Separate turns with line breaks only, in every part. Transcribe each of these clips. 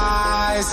eyes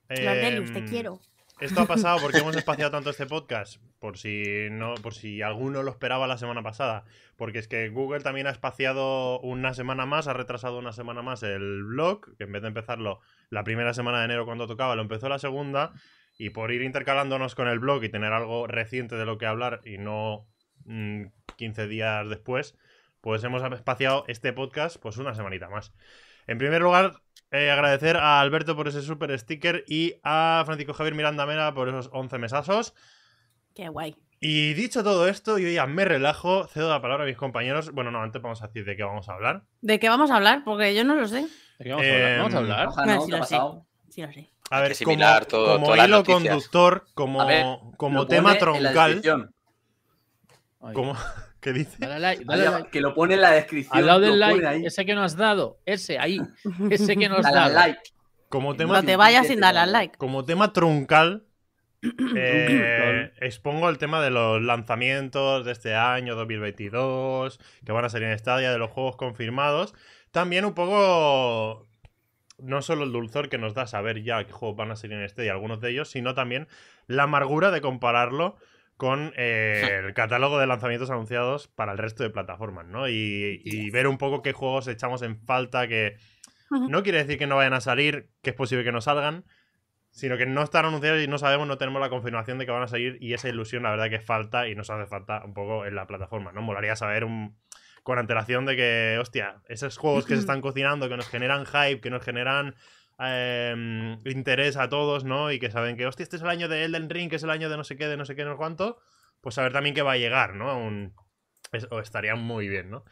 Los Delus, te
Em,
quiero.
Esto ha pasado porque hemos espaciado tanto este podcast, por si no, por si alguno lo esperaba la semana pasada, porque es que Google también ha espaciado una semana más, ha retrasado una semana más el blog, que en vez de empezarlo la primera semana de enero cuando tocaba, lo empezó la segunda, y por ir intercalándonos con el blog y tener algo reciente de lo que hablar y no mm, 15 días después, pues hemos espaciado este podcast pues una semanita más. En primer lugar, eh, agradecer a Alberto por ese super sticker y a Francisco Javier Miranda Mera por esos 11 mesazos.
Qué guay.
Y dicho todo esto, yo ya me relajo, cedo la palabra a mis compañeros. Bueno, no, antes vamos a decir de qué vamos a hablar.
¿De qué vamos a hablar? Porque yo no lo sé.
¿De qué vamos a hablar?
Em,
Vamos a hablar.
Ojalá, ¿no?
Ah, sí
¿Qué ha
lo sé.
pasado?
Sí lo sé.
A ver, como,
asimilar todo-
como
todas las
hilo
noticias.
conductor, como,
A ver,
como
Lo
tema
pone en la
troncal.
descripción.
Ay,
Como, ¿Qué dice?
Dale like, dale
Ahí
like.
va, Que lo pone en la descripción.
Al lado
lo
del
pone
like,
ahí.
ese que no has dado, ese ahí, ese que no has
Dale al
dado.
like.
Como tema,
No te vayas sin darle al like.
como tema troncal, eh, expongo el tema de los lanzamientos de este año 2022, que van a salir en Stadia, de los juegos confirmados. También un poco, no solo el dulzor que nos da saber ya qué juegos van a salir en Stadia, algunos de ellos, sino también la amargura de compararlo con eh, el catálogo de lanzamientos anunciados para el resto de plataformas, ¿no? Y, y ver un poco qué juegos echamos en falta, que No quiere decir que no vayan a salir, que es posible que no salgan, sino que no están anunciados y no sabemos, no tenemos la confirmación de que van a salir y esa ilusión la verdad que falta y nos hace falta un poco en la plataforma, ¿no? Molaría saber un, con antelación de que, hostia, esos juegos que se están cocinando, que nos generan hype, que nos generan eh, interés a todos, ¿no? Y que saben que, hostia, este es el año de Elden Ring, que es el año de no sé qué, de no sé qué, no sé cuánto, pues saber también que va a llegar, ¿no? Un- es- pues, o estaría muy bien, ¿no?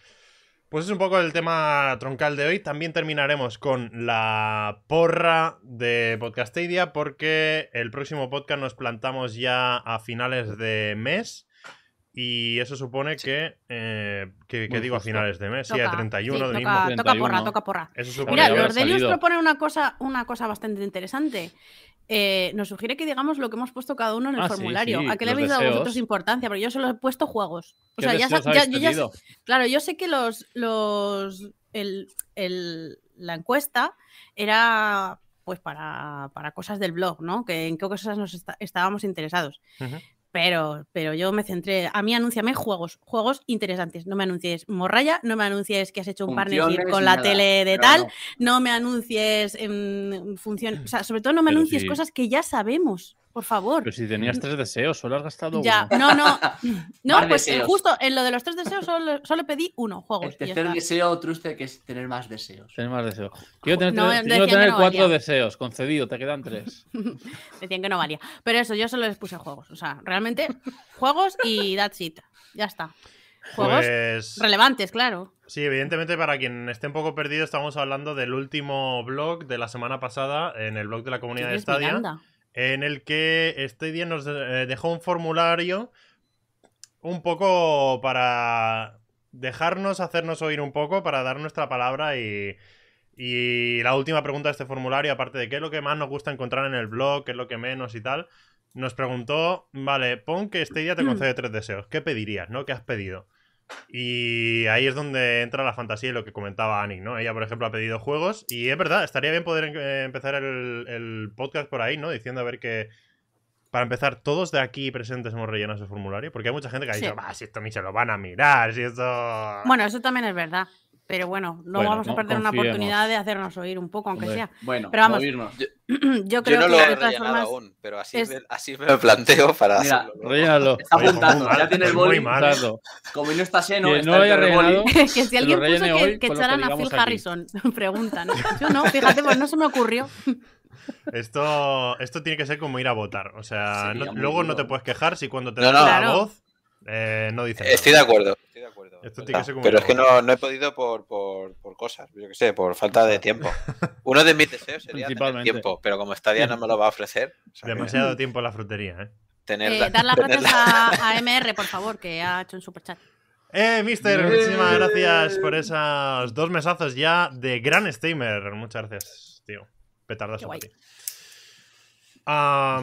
Pues es un poco el tema troncal de hoy. También terminaremos con la porra de Podcastadia porque el próximo podcast nos plantamos ya a finales de mes y eso supone que... eh, que, que
Muy
digo a
justo.
finales de mes, sí, a
Toca,
31
sí,
del
toca,
mismo.
toca
31.
porra, toca porra.
Eso supone
Mira,
que ahora-
habrá
los Delius
salido.
propone una cosa, una cosa bastante interesante. Eh, nos sugiere que digamos lo que hemos puesto cada uno en el
Ah, sí,
formulario.
sí,
¿A qué le
los
habéis dado
deseos.
vosotros importancia? Porque yo solo he puesto juegos. O
¿Qué
sea, ya,
deseos
sa- ya-
habéis
yo ya
pedido?
Claro, yo sé que los. los el- el- la encuesta era pues para, para cosas del blog, ¿no? Que en qué cosas nos esta- estábamos interesados.
Ujú.
Pero, pero yo me centré. A mí anúnciame juegos, juegos interesantes. No me anuncies morralla, no me anuncies que has hecho un partnership
Funciones,
con la
nada.
tele de
Pero
tal,
no.
no. me anuncies em, función. O sea, sobre todo no me
Pero
anuncies
sí.
cosas que ya sabemos, por favor.
Pero si tenías tres deseos, solo has gastado
Ya,
uno.
no, no. No,
Más
pues eh,
deseos.
justo en lo de los tres deseos solo, solo pedí uno, juegos. y
El
oh, ya
este tercer
está.
deseo, Truster, que es tener más deseos.
Tienes más deseos. Quiero tener,
No,
tres-
decían
quiero
que
tener
no
cuatro
valía.
deseos. Concedido, te quedan tres.
Decían que no valía. Pero eso, yo solo les puse juegos. O sea, realmente, juegos y that's it. Ya está. Juegos
Pues...
relevantes, claro.
Sí, evidentemente para quien esté un poco perdido estamos hablando del último blog de la semana pasada en el blog de la comunidad de
Eres
Stadia
Miranda.
en el que Stadia nos eh, dejó un formulario un poco para dejarnos hacernos oír un poco, para dar nuestra palabra y, y la última pregunta de este formulario, aparte de qué es lo que más nos gusta encontrar en el blog, qué es lo que menos y tal, nos preguntó, vale, pon que Stadia te concede tres deseos, ¿qué pedirías, no? ¿Qué has pedido? Y ahí es donde entra la fantasía y lo que comentaba Annie, ¿no? Ella, por ejemplo, ha pedido juegos y es verdad, estaría bien poder eh, empezar el, el podcast por ahí, ¿no? Diciendo a ver que, para empezar, todos de aquí presentes hemos rellenado ese formulario, porque hay mucha gente que ha
Sí.
dicho, "Bah, si Ah, esto ni se lo van a mirar, si esto...
Bueno, eso también es verdad. Pero bueno, no
Bueno,
vamos a
no,
perder una
confiemos.
oportunidad de hacernos oír un poco, aunque
Hombre.
sea.
Bueno,
Pero vamos,
movirnos.
Yo
Yo
creo
no
que
lo
de
he
todas
rellenado
formas.
aún, pero así,
es-
me, así me lo planteo para
Mira,
hacerlo. luego.
Rellénalo.
Está
Oye,
apuntando,
muy mal,
ya tiene el
muy
boli.
mal.
Claro.
Como no está seno,
Que
está
no
el
haya
del
rellenado.
boli.
que si
lo
alguien puso
rellene
que,
hoy
que
con lo que
echaran a Phil
digamos aquí.
Harrison, preguntan. Yo no, fíjate, pues no se me ocurrió.
Esto, esto tiene que ser como ir a votar. O sea,
Sería
no-
muy
luego no
duro.
te puedes quejar si cuando te
No,
das
no.
la
Claro.
voz eh, no dices. nada.
Estoy de acuerdo. Estoy de acuerdo.
Esto tiene que ser como
pero
una
es que
cosa.
no, no he podido por, por, por cosas, yo que sé, por falta de tiempo. Uno de mis deseos sería tener
Principalmente.
tiempo, pero como Stadia no me lo va a ofrecer, o sea, que
Demasiado tiempo en la frutería, ¿eh?
tener
Eh,
la-
dar las
tener
gracias
la-
a, a MR, por favor, que ha hecho un superchat.
Eh, mister,
Eh.
muchísimas gracias por esos dos mesazos ya de gran streamer. Muchas gracias, tío. Petardas
Qué guay.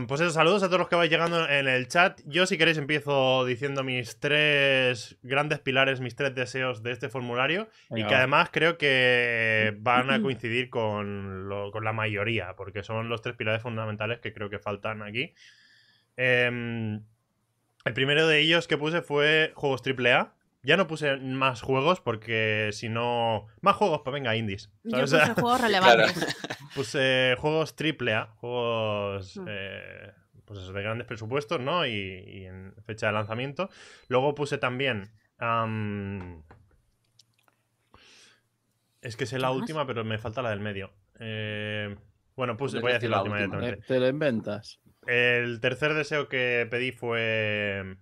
pues eso, saludos a todos los que vais llegando en el chat. Yo, si queréis, empiezo diciendo mis tres grandes pilares, mis tres deseos de este formulario. Y
Venga,
que
va.
además creo que van a coincidir con, lo- con la mayoría, porque son los tres pilares fundamentales que creo que faltan aquí. Em, el primero de ellos que puse fue juegos AAA. Ya no puse más juegos porque si no... Más juegos, pues venga, indies.
Yo
¿sabes?
puse
O sea,
juegos relevantes.
puse Pues, eh, juegos AAA, juegos
Mm.
eh, pues eso, de grandes presupuestos, ¿no? Y, y en fecha de lanzamiento. Luego puse también... am, es que sé la
¿Qué más?
última, pero me falta la del medio. Eh, bueno, puse, voy
Hombre,
a
no sé
decir la
la
última
última,
Eh,
directamente.
Te lo inventas.
El tercer deseo que pedí fue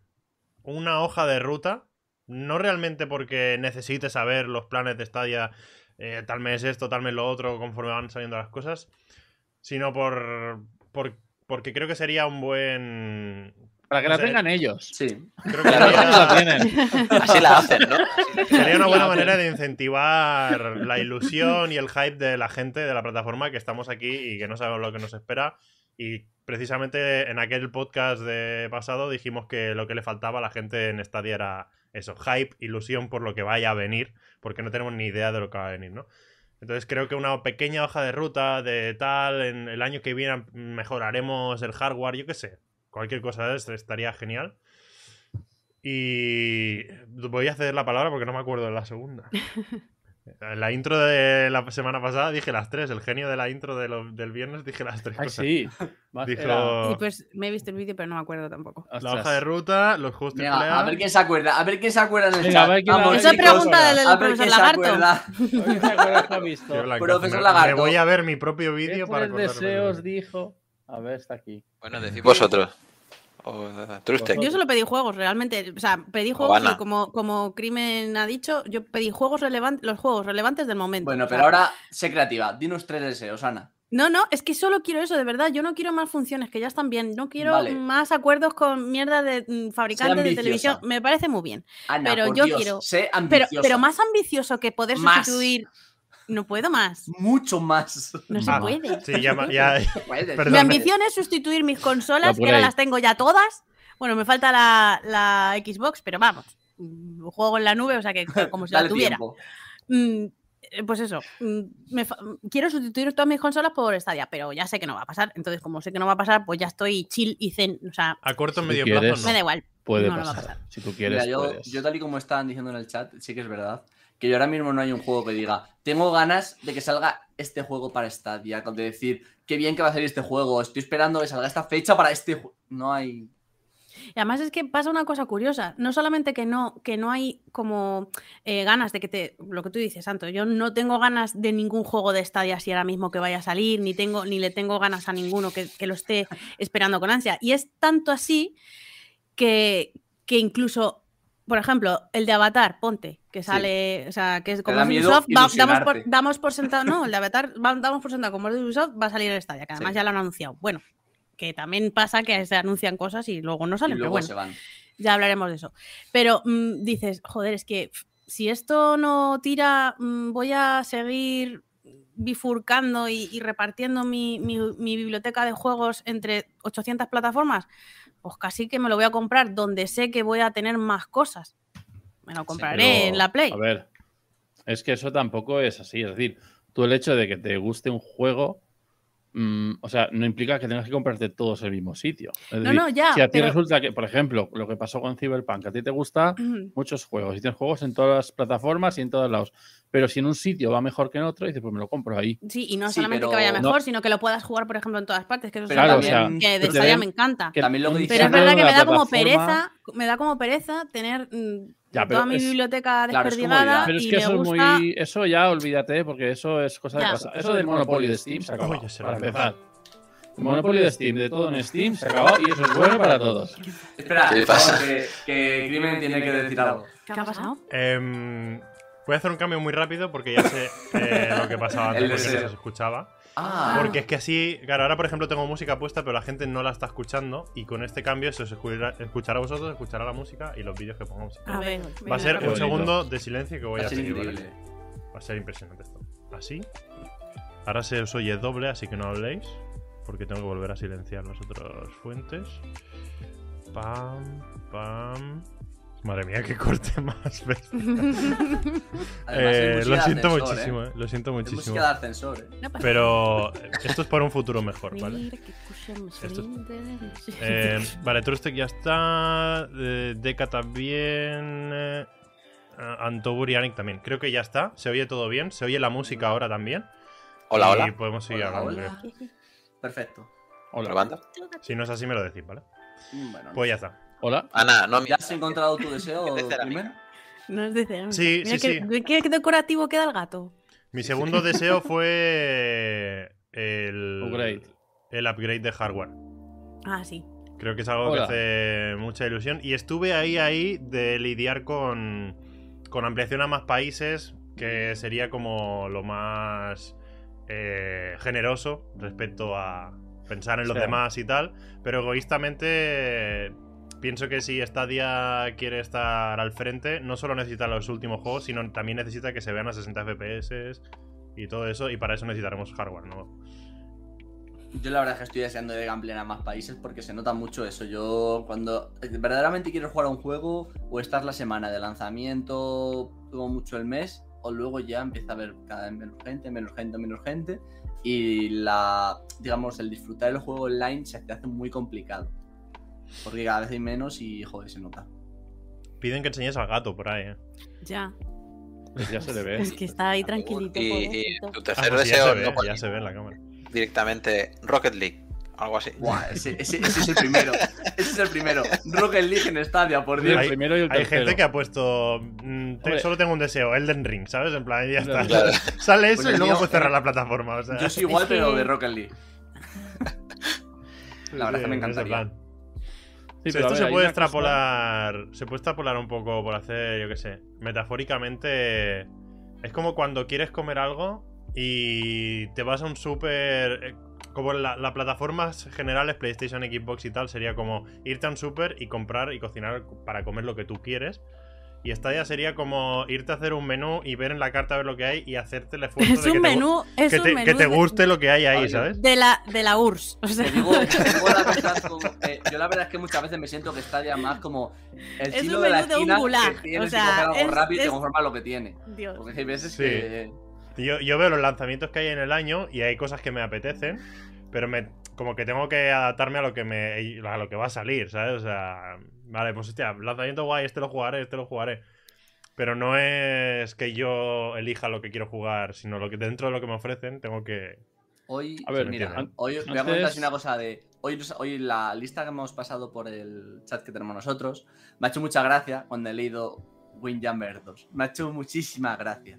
una hoja de ruta. No realmente porque necesite saber los planes de Stadia, eh, tal mes esto, tal mes lo otro, conforme van saliendo las cosas, sino por, por- porque creo que sería un buen...
Para que la
O sea,
tengan ellos.
Sí.
Creo que
Para que ellos la
sería,
tienen.
Así la hacen, ¿no? Así la-
sería una buena manera de incentivar la ilusión y el hype de la gente de la plataforma que estamos aquí y que no sabemos lo que nos espera Y precisamente en aquel podcast de pasado dijimos que lo que le faltaba a la gente en Stadia era eso, hype, ilusión por lo que vaya a venir, porque no tenemos ni idea de lo que va a venir, ¿no? Entonces creo que una pequeña hoja de ruta de tal, en el año que viene mejoraremos el hardware, yo qué sé, cualquier cosa de esto estaría genial. Y voy a ceder la palabra porque no me acuerdo de la segunda. La intro de la semana pasada dije las tres. El genio de la intro de lo- del viernes dije las tres.
Ay,
cosas.
sí. Más
Pues, Dijo
era-
Y pues me he visto el vídeo, pero no me acuerdo tampoco.
la
Ostras.
hoja de ruta, los juegos
Venga,
triple A.
a ver quién se acuerda, a ver quién se acuerda en el
Venga, a
chat.
ver quién
Vamos,
la-
Esa
chicos,
pregunta del
a
del
ver
profesor
quién se
Lagarto.
acuerda.
Oye, ¿te acuerdas que has visto?
Qué blanco.
Profesor
me,
Lagarto.
me voy a ver mi propio
¿Qué
vídeo para
tres
acordarme.
deseos dijo? A ver, está aquí.
Bueno, decís vosotros. O, eh, Trustec.
Yo solo pedí juegos, realmente. O sea, pedí juegos
Habana.
y como, como Crimen ha dicho, yo pedí juegos relevantes, los juegos relevantes del momento.
Bueno,
O sea,
pero ahora sé creativa. Dinos tres deseos, Ana.
No, no, es que solo quiero eso, de verdad. Yo no quiero más funciones, que ya están bien. No quiero
Vale.
más acuerdos con mierda de mm, fabricantes de
ambiciosa.
televisión. Me parece muy bien.
Ana,
Pero
por
yo
Dios,
quiero-
Sé
Pero,
ambiciosa.
pero más ambicioso que poder
Más.
sustituir. No puedo más.
Mucho más.
No se
Ah,
puede.
Sí, ya, ya-
Puedes.
Perdón. eh,
Mi ambición es sustituir mis consolas, que ahora
Apuráis.
las tengo ya todas. Bueno, me falta la, la Xbox, pero vamos. mm, Juego en la nube, o sea que como si la
Dale
tuviera.
tiempo.
Mm, eh, Pues eso, mm, me fa- quiero sustituir todas mis consolas por Stadia, pero ya sé que no va a pasar. Entonces, como sé que no va a pasar, pues ya estoy chill y zen. O sea,
a corto
Si
o medio
quieres.
plazo
me da
Pues no.
igual.
Puede
No, no va a
pasar. Si tú quieres,
Mira, yo,
puedes.
yo tal y como estaban diciendo en el chat, sí que es verdad, que yo ahora mismo no hay un juego que diga, tengo ganas de que salga este juego para Stadia, con de decir, qué bien que va a salir este juego, estoy esperando que salga esta fecha para este juego. No hay...
Y además es que pasa una cosa curiosa. No solamente que no, que no hay como eh, ganas de que te. Lo que tú dices, Santo, yo no tengo ganas de ningún juego de Stadia así ahora mismo que vaya a salir, ni tengo, ni le tengo ganas a ninguno que, que lo esté esperando con ansia. Y es tanto así que, que incluso, por ejemplo, el de Avatar, ponte, que sale, o sea, que es como
da
es de
miedo
Ubisoft, va- damos,
ilusionarte.
por, damos por sentado, no, el de Avatar va- damos por sentado como es de Ubisoft, va a salir en Stadia, que además
Sí.
ya lo han anunciado. Bueno, que también pasa que se anuncian cosas y luego no
Y
salen, pero
luego
bueno
se van.
ya hablaremos de eso. Pero mm, dices, joder, es que pf, si esto no tira, mm, voy a seguir bifurcando y, y repartiendo mi, mi- mi biblioteca de juegos entre 800 plataformas. Pues casi que me lo voy a comprar donde sé que voy a tener más cosas. Me lo compraré
Pero,
en la Play.
A ver, es que eso tampoco es así. Es decir, tú el hecho de que te guste un juego, mm, o sea, no implica que tengas que comprarte todos el mismo sitio. Es
No,
decir,
no, ya,
si a ti
pero-
resulta que, por ejemplo, lo que pasó con Cyberpunk, a ti te gusta muchos juegos y tienes juegos en todas las plataformas y en todos lados, pero si en un sitio va mejor que en otro, dices, pues me lo compro ahí.
Sí, y no
Sí,
solamente que
pero-
vaya mejor, sino que lo puedas jugar, por ejemplo, en todas partes. Que eso es
Claro,
algo
o sea,
también
que de
que te
Stadia
den-
me encanta.
Que
También lo que
un
dices,
Pero es
Claro,
verdad que
la
me da como
plataforma-
pereza, me da como pereza tener mm,
Ya, pero
toda mi
es-
biblioteca
Claro, es
desperdigada
comodidad.
Pero es
Ah, y
que
me
eso
gusta.
es muy. Eso ya olvídate, porque eso es cosa de
Ya.
pasar. Eso del Monopoly de Steam se acabó.
Oye, se
Para
va a
empezar. El Monopoly de Steam, de todo en Steam, se acabó y eso es bueno para todos.
Espera,
¿Qué
por
pasa?
favor, que, que Crimen tiene que decir algo.
¿Qué ha pasado?
Em, voy a hacer un cambio muy rápido porque ya sé eh, lo que pasaba antes
El
porque se
deseo.
escuchaba.
Ah,
Porque es que así, claro, ahora por ejemplo tengo música puesta, pero la gente no la está escuchando. Y con este cambio se os escuchará, escuchará a vosotros, escuchará la música y los vídeos que pongamos.
A ver,
Va a ser
Ah, Qué
un
bonito.
segundo de silencio que voy
va
a
a ser
hacer. ¿vale?
increíble.
Va a ser impresionante esto. Así. Ahora se os oye doble, así que no habléis. Porque tengo que volver a silenciar las otras fuentes. Pam, pam. Madre mía, qué corte más bestia.
Además, hay
Eh,
música
lo
de
siento
ascensor,
muchísimo,
¿eh?
eh, lo siento
Hay
muchísimo.
música de ascensor, ¿eh?
Pero esto es para un futuro mejor, ¿vale? Esto- Eh, vale, Trustec ya está. eh, Deca también. eh, Antobur y Anik también. Creo que ya está. Se oye todo bien. Se oye la música ahora también.
Hola,
Y
hola.
podemos seguir
Hola,
hablando.
hola.
creo.
Perfecto.
Hola,
Hola.
banda.
Si no es así, me lo decís, ¿vale?
Mm, Bueno,
Pues ya está.
Hola.
Ana, Ah, no
¿Ya
mira.
has encontrado tu deseo,
Es de cerámica.
Crimen?
Nos dicen.
Sí,
mira
sí,
qué, qué- qué decorativo queda el gato.
Mi segundo deseo fue. El
Upgrade.
El upgrade de hardware.
Ah, sí.
Creo que es algo
Hola.
que hace mucha ilusión. Y estuve ahí, ahí, de lidiar con, con ampliación a más países, que sería como lo más eh, generoso respecto a pensar en los
Sí.
demás y tal. Pero egoístamente eh, pienso que si Stadia quiere estar al frente, no solo necesita los últimos juegos, sino también necesita que se vean a 60 FPS y todo eso. Y para eso necesitaremos hardware, ¿no?
Yo la verdad es que estoy deseando de gameplay a más países porque se nota mucho eso. Yo cuando eh, verdaderamente quiero jugar a un juego o estar la semana de lanzamiento, como mucho el mes, o luego ya empieza a haber cada vez menos gente, menos gente, menos gente y la, digamos, el disfrutar el juego online se te hace muy complicado. Porque cada vez hay menos y joder, se nota.
Piden que enseñes al gato por ahí, ¿eh?
Ya.
Pues ya se le ve.
Es que está ahí tranquilito.
eh,
Y, y
pobrecito.
tu
Ah,
tercer
pues ya
deseo
se ve,
no pone
ya se ve en la cámara.
directamente Rocket League, algo así.
Buah, ese, ese- ese es el primero. Ese es el primero. Rocket League en Stadia, por
El
Dios.
Hay-
primero y el
Hay
tercero.
gente que ha puesto. mm, te-
Hombre.
solo tengo un deseo, Elden Ring, ¿sabes? En plan, ya está.
Claro.
Sale eso
Pues el
y luego
mío-
puedes cerrar la plataforma. O sea,
Yo soy igual,
Es que-
pero de Rocket League. La verdad es que me
en ese
encantaría.
plan.
Sí,
O sea,
pero a
esto
ver,
se
hay
puede
una cosa-
extrapolar. Se puede extrapolar un poco por hacer, yo qué sé. Metafóricamente. Es como cuando quieres comer algo y te vas a un súper. eh, Como en la, las plataformas generales, PlayStation, Xbox y tal, sería como irte a un súper y comprar y cocinar para comer lo que tú quieres. Y esta ya sería como irte a hacer un menú y ver en la carta a ver lo que hay y hacerte el esfuerzo
Es
de que
un
te gu-
menú, es
que
un
te-
menú
que te
de-
guste lo que hay ahí,
Ay,
¿sabes?
de la de la URSS. O sea,
Te digo, te digo la verdad, como- eh, yo la verdad es que muchas veces me siento que Stadia más como el
Es
chino
un
de la
menú de un
esquina
gulag,
que
o
tienes
sea,
que coger algo
es-
rápido y
es-
te conformas lo que tiene.
Dios.
Porque hay veces
Sí.
que
Yo, yo veo los lanzamientos que hay en el año y hay cosas que me apetecen, pero me como que tengo que adaptarme a lo que me a lo que va a salir, ¿sabes? O sea, vale, pues hostia, lanzamiento guay, este lo jugaré, este lo jugaré. Pero no es que yo elija lo que quiero jugar, sino lo que dentro de lo que me ofrecen tengo que
hoy,
A ver,
mira,
an-
hoy voy a
antes-
comentar así una cosa de hoy, nos- hoy la lista que hemos pasado por el chat que tenemos nosotros me ha hecho mucha gracia cuando he leído Windjammer 2. Me ha hecho muchísima gracia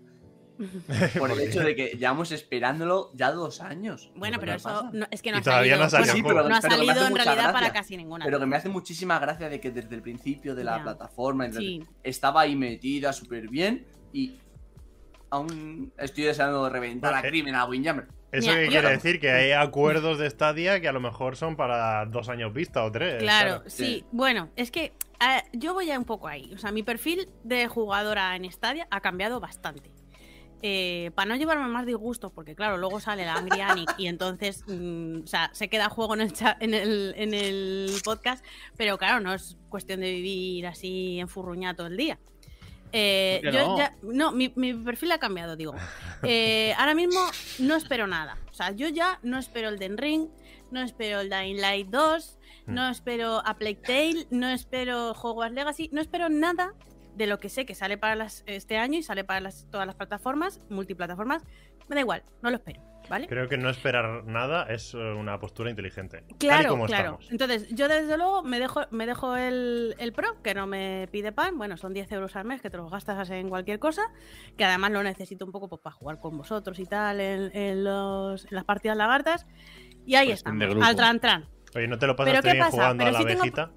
por el
Porque-
hecho de que llevamos esperándolo ya dos años.
Bueno, pero
¿Qué
eso
pasa?
no- es que no
Y
ha
todavía
salido.
no ha salido. Sí,
Bueno,
pero-
no ha
pero que me hace
salido en
mucha
realidad para
gracia.
casi ninguna.
Pero que me hace muchísima gracia de que desde el principio de la
Ya.
plataforma desde-
Sí.
estaba ahí metida súper bien y aún estoy deseando reventar a
Eh,
Crimen a Windjammer.
eso
Mira,
que
yo-
quiere decir que hay acuerdos de Stadia que a lo mejor son para dos años vista o tres.
Claro,
¿sabes?
sí.
Sí.
Bueno, es que ah, yo voy ya un poco ahí. O sea, mi perfil de jugadora en Stadia ha cambiado bastante. Eh, para no llevarme más disgustos, porque claro, luego sale la Angry Annie y entonces mm, o sea, se queda juego en el, cha- en, el, en el podcast, pero claro, no es cuestión de vivir así enfurruñado todo el día. Eh,
¿Por qué
yo
no?
ya- no, mi, mi perfil ha cambiado, digo. Eh, ahora mismo no espero nada. O sea, yo ya no espero el Den Ring, no espero el Dying Light 2, no
Mm.
espero a Plague Tale, no espero Hogwarts Legacy, no espero nada de lo que sé que sale para las, este año y sale para las, todas las plataformas, multiplataformas. Me da igual, no lo espero, ¿vale?
Creo que no esperar nada es eh, una postura inteligente. Tal y
Claro,
como
claro.
estamos.
Entonces, yo desde luego me dejo, me dejo el, el Pro, que no me pide pan. Bueno, son 10 euros al mes que te los gastas en cualquier cosa. Que además lo necesito un poco pues, para jugar con vosotros y tal en, en los- en las partidas lagartas. Y ahí
Pues,
estamos,
de grupo.
al tran-tran.
Oye, ¿no te lo
¿Pero
pasaste
qué
bien
pasa?
jugando
Pero
a la
sí tengo-
abejita?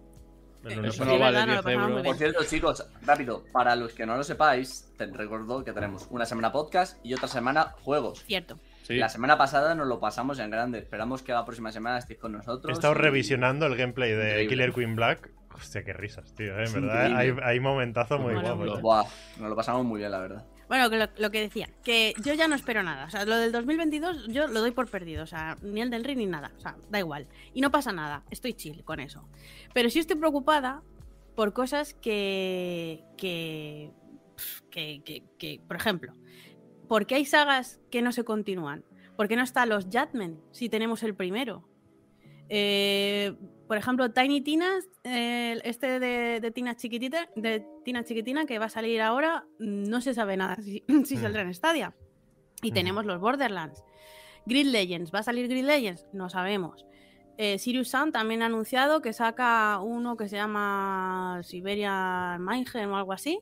El
Eh,
lunes
Eso
sí,
no
es
pasado.
vale
verdad, nos lo
10
pasamos muy
euros.
bien.
Por cierto, chicos, rápido, para los que no lo sepáis, te recuerdo que tenemos una semana podcast y otra semana juegos.
Cierto.
Sí.
La semana pasada nos lo pasamos en grande. Esperamos que la próxima semana estéis con nosotros.
He estado
y-
revisionando el gameplay de
Increíble.
Killer Queen Black. Hostia, qué risas, tío, ¿eh?
Es
En verdad, hay,
increíble.
hay momentazos muy
Mola
guapos.
mucho.
Buah, nos lo pasamos muy bien, la verdad.
Bueno, que lo, lo que decía, que yo ya no espero nada. O sea, lo del 2022 yo lo doy por perdido. O sea, ni el del Ring ni nada. O sea, da igual. Y no pasa nada. Estoy chill con eso. Pero sí estoy preocupada por cosas que. que. pf, que, que- que- por ejemplo, ¿por qué hay sagas que no se continúan? ¿Por qué no está los Jatmen si tenemos el primero? Eh, por ejemplo, Tiny Tinas, eh, este de, de Tina Chiquitita, de Tina Chiquitina que va a salir ahora, mm, no se sabe nada si, si
Mm.
saldrá en Stadia. Y
Mm.
tenemos los Borderlands. Grid Legends, ¿va a salir Grid Legends? No sabemos. Eh, Sirius Sam también ha anunciado que saca uno que se llama Siberian Mindgen o algo así,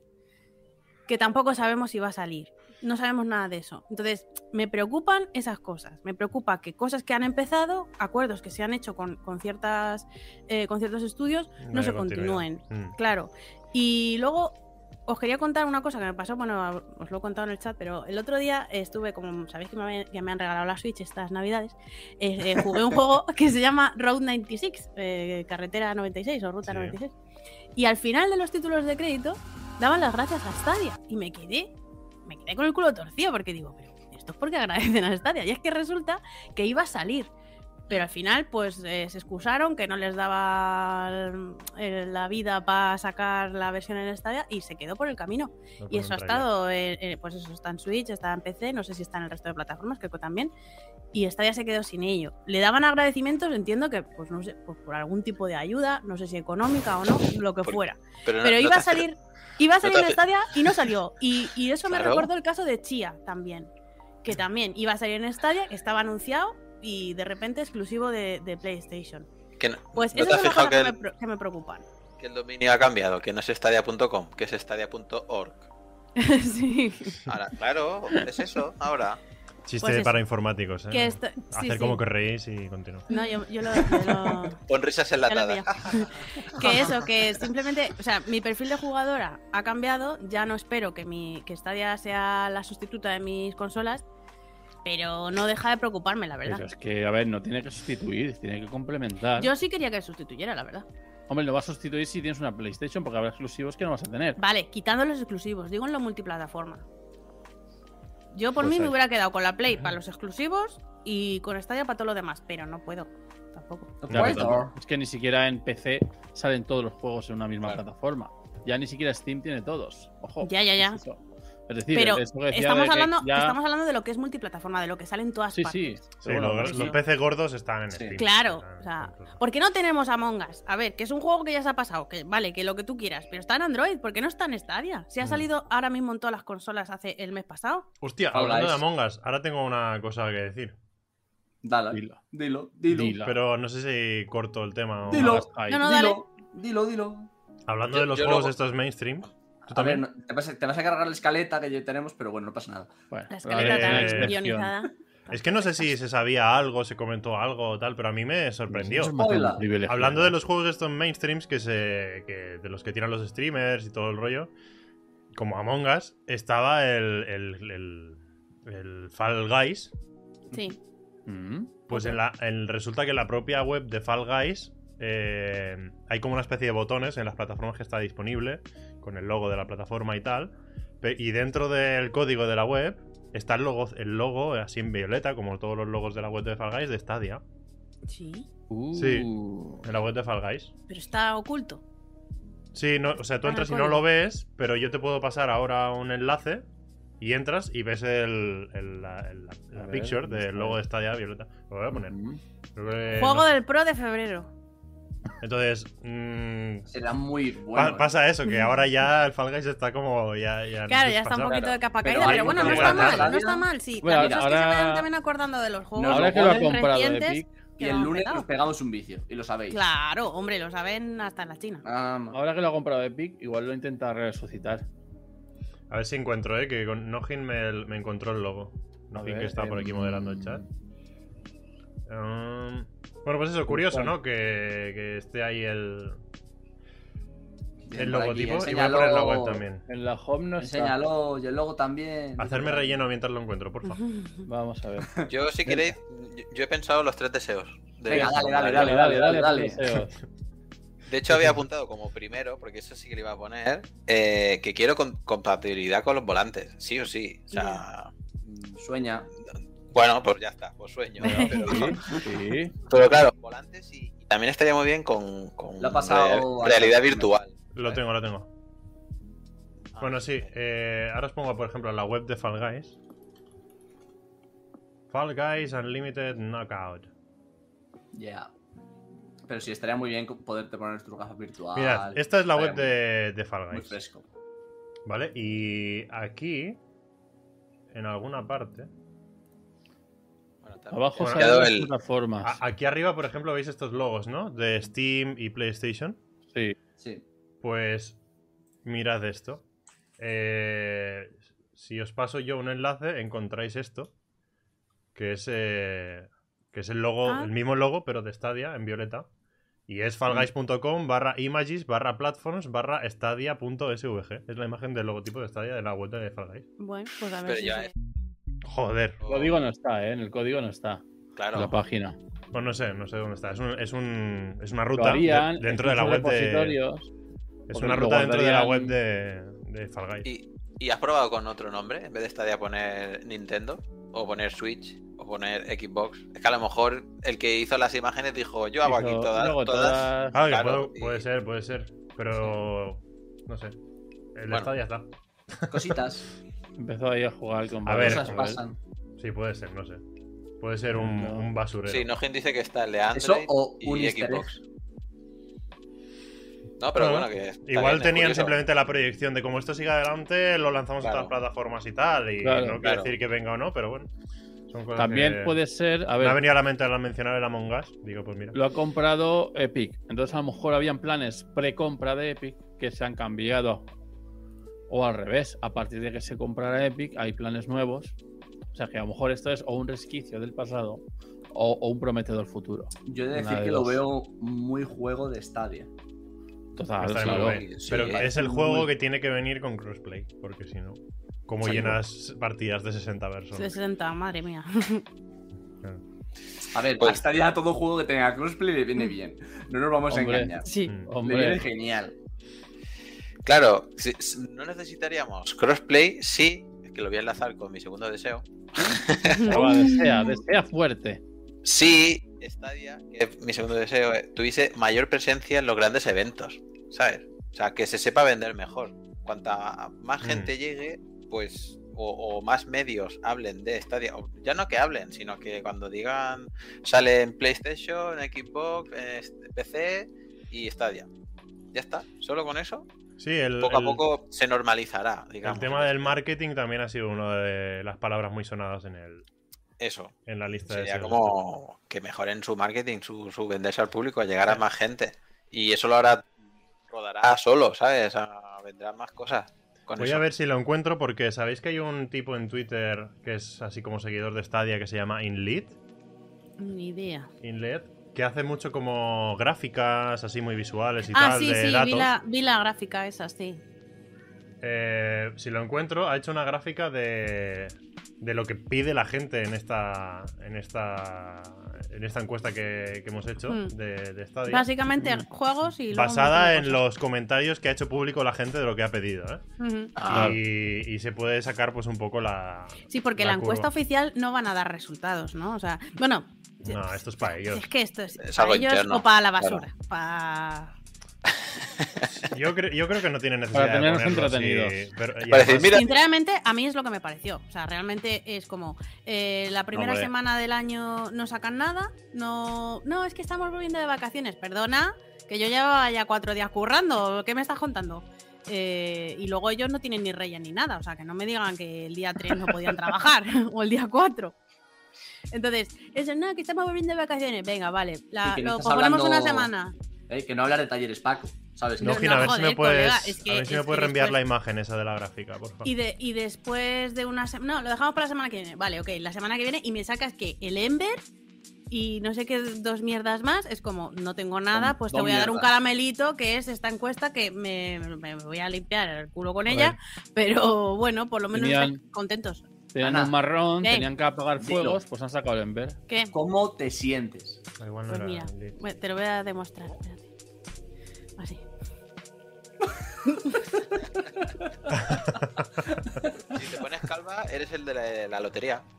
que tampoco sabemos si va a salir. No sabemos nada de eso. Entonces, me preocupan esas cosas. Me preocupa que cosas que han empezado, acuerdos que se han hecho con, con ciertas, eh, con ciertos estudios, no
hay
se
continuidad.
continúen.
Mm.
Claro. Y luego os quería contar una cosa que me pasó, bueno, os lo he contado en el chat, pero el otro día estuve, como sabéis que me, habían- que me han regalado la Switch estas navidades, eh, eh, jugué un juego que se llama Road 96, eh, Carretera 96 o Ruta
Sí.
96. Y al final de los títulos de crédito daban las gracias a Stadia y me quedé, me quedé con el culo torcido porque digo, pero esto es porque agradecen a Stadia. Y es que resulta que iba a salir. Pero al final, pues eh, se excusaron que no les daba eh, la vida para sacar la versión en Stadia y se quedó por el camino.
No
Y
ponen
eso ha
trailer.
estado, eh, eh, pues eso está en Switch, está en PC, no sé si está en el resto de plataformas, creo que también. Y Stadia se quedó sin ello. Le daban agradecimientos, entiendo que, pues no sé, pues por algún tipo de ayuda, no sé si económica o no, lo que
Por-
fuera.
Pero, no-
Pero
Ah, no
iba
te
a
espera-
salir, Iba a salir
No
en
te-
Stadia y no salió. Y, y eso me
Claro.
recordó el caso de Chia también. Que también iba a salir en Stadia, que estaba anunciado y de repente exclusivo de, de PlayStation.
Que no-
Pues
¿No te
esas
has
son las
fijado
cosas
que
que, me,
el-
pro- que me preocupan.
que el dominio ha cambiado, que no es stadia.com, que es stadia.org.
sí.
Ahora, claro, es eso, ahora.
Chiste
Pues eso.
para informáticos, ¿eh?
Que esto- sí,
Hacer
sí.
como que reís y continúa.
No, yo, yo lo- yo lo...
Pon risas
Ya lo
enlatadas.
pillo. que eso, que simplemente, o sea, mi perfil de jugadora ha cambiado, ya no espero que mi que Stadia sea la sustituta de mis consolas, pero no deja de preocuparme, la
Pero
verdad.
es que, a ver, no tiene que sustituir, tiene que complementar.
Yo sí quería que sustituyera, la verdad.
Hombre, lo va a sustituir si tienes una PlayStation, porque habrá exclusivos que no vas a tener.
Vale, quitando los exclusivos, digo en lo multiplataforma. Yo por
Pues
mí me
ahí.
hubiera quedado con la Play para los exclusivos y con Stadia para todo lo demás, pero no puedo tampoco.
Ya, pero
Puedo.
tampoco- es que ni siquiera en PC salen todos los juegos en una misma
Claro.
plataforma. Ya ni siquiera Steam tiene todos. Ojo.
Ya, ya, ya.
es pues eso. Es decir,
Pero
es lo que decía
Estamos
de que
hablando,
ya-
estamos hablando de lo que es multiplataforma, de lo que sale en todas
Sí, sí.
partes.
Sí,
Pero bueno,
los,
pues
los
sí.
peces gordos están en
Sí.
Steam. Ah,
Claro,
Están-
o sea,
están-
¿por qué no tenemos Among Us? A ver, que es un juego que ya se ha pasado, que vale, que lo que tú quieras, pero está en Android, ¿por qué no está en Stadia? Si ha
Mm.
salido ahora mismo en todas las consolas hace el mes pasado.
Hostia,
Fall
hablando de
Guys.
Among Us, ahora tengo una cosa que decir.
Dale.
Dilo,
Dilo, dilo.
dilo.
Pero no sé si corto el tema o.
Dilo.
Hasta ahí.
No, no,
Dilo, dilo, dilo.
Hablando
Yo-
de los
yo
juegos
luego-
estos mainstream. ¿Tú
A ver,
también?
no- te, vas, te vas a cargar la escaleta que ya tenemos, pero bueno, no pasa nada.
Bueno,
La escaleta
eh,
tan
eh,
excepción.
guionizada.
Es que no sé si se sabía algo, se comentó algo o tal, pero a mí me
Eso
sorprendió.
es bastante
Hola.
privilegiado.
Hablando de los juegos estos mainstreams que se. que- de los que tiran los streamers y todo el rollo. Como Among Us, estaba el. el, el, el Fall Guys.
Sí.
Mm.
Pues en la, en- resulta que en la propia web de Fall Guys eh, hay como una especie de botones en las plataformas que está disponible, con el logo de la plataforma y tal. pe- Y dentro del código de la web está el logo, el logo eh, así en violeta, como todos los logos de la web de Fall Guys, de Stadia.
Sí.
Sí.
Uh.
En la web de Fall Guys.
Pero está oculto.
Sí, no, o sea, tú
Ah,
entras y no
código.
lo ves, pero yo te puedo pasar ahora un enlace y entras y ves el, el- la, el- la- la
ver,
picture
¿dónde
del
está?
logo de Stadia violeta. Lo voy a poner.
Mm.
Creo que
Juego
no.
del Pro de febrero.
Entonces, mm,
Será muy
Pa-
bueno. ¿eh?
pasa eso, que ahora ya el Fall Guys está como. Ya, ya
Claro, ya está un
pasado.
poquito
claro.
de capa
Pero
caída,
hay
pero,
un
bueno, no
poco
está
de
mal,
atraso.
no está mal, sí.
Bueno,
Las cosas que se
ahora-
vayan también acordando de los juegos.
Ahora que lo ha
ponen
comprado de
recientes.
Epic,
que
Y el
hemos
lunes
petado.
nos pegamos un vicio, y lo sabéis.
Claro, hombre, lo saben hasta en la China.
Ah, ma-
ahora que lo ha comprado Epic, igual lo intenta resucitar.
A ver si encuentro, eh, que con Nojin me, me encontró el logo.
A
Nojin
ver,
que está por aquí
em,
moderando el chat. Um, bueno, pues eso, curioso, ¿no? Que, que esté ahí el,
bien,
el
por aquí,
logotipo. Y voy a
enséñalo-
poner la web también.
En la home no está.
Enséñalo, y el logo también. Mm,
Hacerme relleno mientras lo encuentro, por favor.
Vamos a ver.
Yo, si queréis, yo, yo he pensado los tres deseos. De,
Venga, dale, dale, dale. dale.
deseos.
de hecho, había apuntado como primero, porque eso sí que le iba a poner, eh, que quiero con- compatibilidad con los volantes, sí o sí. O sea,
Sueña.
bueno, pues ya está, pues sueño. ¿no? Pero,
Sí.
pero claro, volantes y, y también estaría muy bien con, con
Lo ha pasado
real- realidad
a-
virtual.
Lo tengo, lo tengo.
Ah,
Bueno, sí, eh, ahora os pongo, por ejemplo, la web de Fall Guys. Fall Guys Unlimited Knockout.
Ya. Pero sí, estaría muy bien co- poderte poner tu gafa virtual.
Mirad, esta es la web
Estaría
de, de Fall
Ah, Muy
Guys.
fresco.
¿Vale? Y aquí, en alguna parte.
bueno, también.
Abajo
Bueno, Ah,
salen
quedó
las
el-
plataformas.
a- aquí arriba, por ejemplo, veis estos logos, ¿no? De Steam y PlayStation.
Sí.
Sí.
Pues mirad esto. Eh, si os paso yo un enlace, encontráis esto. Que es, eh, que es el logo,
Ah.
el mismo logo, pero de Stadia, en violeta. Y es falguys.com barra images barra platforms barra stadia.svg. Es la imagen del logotipo de Stadia de la web de Fall Guys.
Bueno, pues a ver
Pero
si
ya
se-
es-
Joder.
El código no está, ¿eh? En el código no está.
Claro.
En la página.
Pues no sé, no sé dónde está. Es, un- es, un- es una
Lo
ruta
harían
de-
en
dentro de la
sus
web de.
repositorios.
Es
porque
una
lo
ruta dentro de la web
guardarían-
de, de Fall Guys.
¿Y, y has probado con otro nombre? En vez de esta de poner Nintendo, o poner Switch, o poner Xbox. Es que a lo mejor el que hizo las imágenes dijo, yo hago aquí
Hizo-
todas.
luego
todas".
todas-
Ah, que
Claro,
puedo-
y-
puede ser, puede ser. Pero. No sé. El
Bueno.
Stadia está.
Cositas.
Empezó ahí a jugar con
A ver,
cosas
a ver.
pasan.
Sí, puede ser, no sé. Puede ser un,
No.
un basurero.
Sí, Nojin dice que está el de
Eso
Android
o
y
un easter egg.
Xbox. No, pero bueno, que. está
Igual
bien, es
tenían
curioso.
simplemente la proyección de como esto siga adelante, lo lanzamos a
Claro.
otras plataformas y tal. Y
Claro,
no quiere
claro.
decir que venga o no, pero bueno. Son cosas
También
que-
puede ser, a
Me Eh, ha
ver,
venido a la mente al mencionar el Among Us. Digo, pues mira.
lo ha comprado Epic. Entonces a lo mejor habían planes pre-compra de Epic que se han cambiado. O al revés, a partir de que se comprara Epic hay planes nuevos. O sea que a lo mejor esto es o un resquicio del pasado o, o un prometedor futuro.
Yo he de
Una
decir
de
que lo
dos.
veo muy juego de Stadia.
Total,
Está
Ah, claro.
muy bien.
Sí,
pero
eh.
es el juego que tiene que venir con crossplay, porque si no, ¿cómo llenas partidas de 60 personas?
60, madre mía.
A ver,
Pues-
a Stadia a todo juego que tenga crossplay le viene bien. No nos vamos
Hombre.
a engañar.
Sí.
Mm.
Hombre.
Le viene genial.
Claro, si- si- no necesitaríamos crossplay, sí, es que lo voy a enlazar con mi segundo deseo.
Chaval, desea, desea fuerte.
Sí, Stadia, que mi segundo deseo, eh, tuviese mayor presencia en los grandes eventos, ¿sabes? O sea, que se sepa vender mejor. Cuanta más
Mm.
gente llegue, pues, o, o más medios hablen de Stadia, o ya no que hablen, sino que cuando digan, sale en PlayStation, Xbox, eh, PC y Stadia. Ya está, solo con eso,
Sí, el,
poco
el-
a poco se normalizará, digamos.
el tema del marketing también ha sido una de las palabras muy sonadas en, el,
Eso,
en la lista de
Sería
deseos.
como que mejoren su marketing, su, su venderse al público, a llegar a más gente. Y eso lo hará, rodará solo, ¿sabes? A- vendrán más cosas. Con
Voy
eso.
a ver si lo encuentro porque sabéis que hay un tipo en Twitter que es así como seguidor de Stadia que se llama Inlead, Mm.
Ni idea.
Inlead que hace mucho como gráficas así muy visuales y
Ah,
tal
sí,
de
sí,
datos.
vi la, vi la gráfica esa, sí.
Eh, si lo encuentro, ha hecho una gráfica de, de lo que pide la gente en esta en esta en esta encuesta que, que hemos hecho
Mm.
de, de Stadia.
Básicamente juegos y... luego un
Mm. Basada en
montón
los comentarios que ha hecho público la gente de lo que ha pedido, ¿eh?
de cosas. Ujú.
Ah.
Y, y se puede sacar pues un poco la...
Sí, porque
la
la, encuesta
curva.
oficial no van a dar resultados, ¿no? O sea, bueno...
No, esto es para ellos.
Es que esto es,
Es
para
algo
ellos
interno,
o para la
claro.
basura. Para...
Yo, cre- yo creo que no tiene necesidad
Para
de
tenernos
ponerlo así,
entretenidos.
pero- y
Para
además-
decir, mira,
Sinceramente, a mí es lo que me pareció. O sea, realmente es como eh, la primera
Hombre.
semana del año no sacan nada. No, no, es que estamos volviendo de vacaciones. Perdona, que yo llevaba ya cuatro días currando. ¿Qué me estás contando? Eh, y luego ellos no tienen ni reyes ni nada. O sea, que no me digan que el día 3 no podían trabajar o el día 4. Entonces, eso no, que estamos volviendo de vacaciones. Venga, vale. la-
Y que no
lo
estás
ponemos una
hablando-
semana.
Eh, Que no hablar de talleres Paco, ¿sabes?
No,
No,
Gina, a ver si
joder,
me puedes,
colega, es que-
a ver si me
es
puedes
que
reenviar la
después-
imagen esa de la gráfica, por favor.
Y, de, y después de una semana. No, lo dejamos para la semana que viene. Vale, ok, la semana que viene. Y me sacas que el Ember y no sé qué dos mierdas más. Es como, no tengo nada,
Son
pues te
dos
voy a dar un
mierdas.
caramelito que es esta encuesta que me, me voy a limpiar el culo con ella. Pero bueno, por lo menos
Tenían-
están contentos.
Tenían
Ana,
un marrón,
¿qué?
tenían que apagar
Dilo.
fuegos, pues han sacado el Ember.
¿Qué?
¿Cómo te sientes?
Ah, Igual no
Pues
era
mira,
el lead.
bueno, te lo voy a demostrar. espérate. Así.
si te pones calva, eres el de la, la lotería.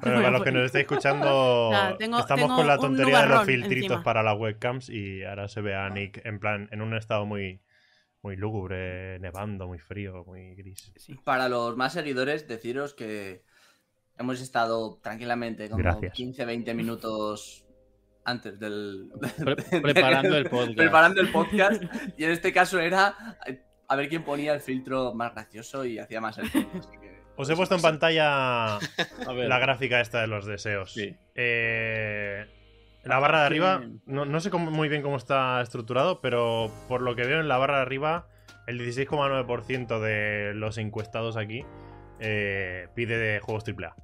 Bueno, para los que nos estéis escuchando,
Nada, tengo-
estamos
tengo
con la
un
tontería de los
nubarrón
filtritos
encima.
para las webcams y ahora se ve a Nick en plan en un estado muy muy lúgubre, nevando, muy frío, muy gris.
Para los más seguidores, deciros que hemos estado tranquilamente como
Gracias.
15-20 minutos antes del.
Pre- preparando el podcast.
preparando el podcast. Y en este caso era eh, a ver quién ponía el filtro más gracioso y hacía más el podcast, así que-
Os he puesto en pantalla
A ver,
la gráfica esta de los deseos.
Sí.
Eh, la barra de arriba, no, no sé cómo- muy bien cómo está estructurado, pero por lo que veo en la barra de arriba, el 16,9% de los encuestados aquí eh, pide de juegos AAA.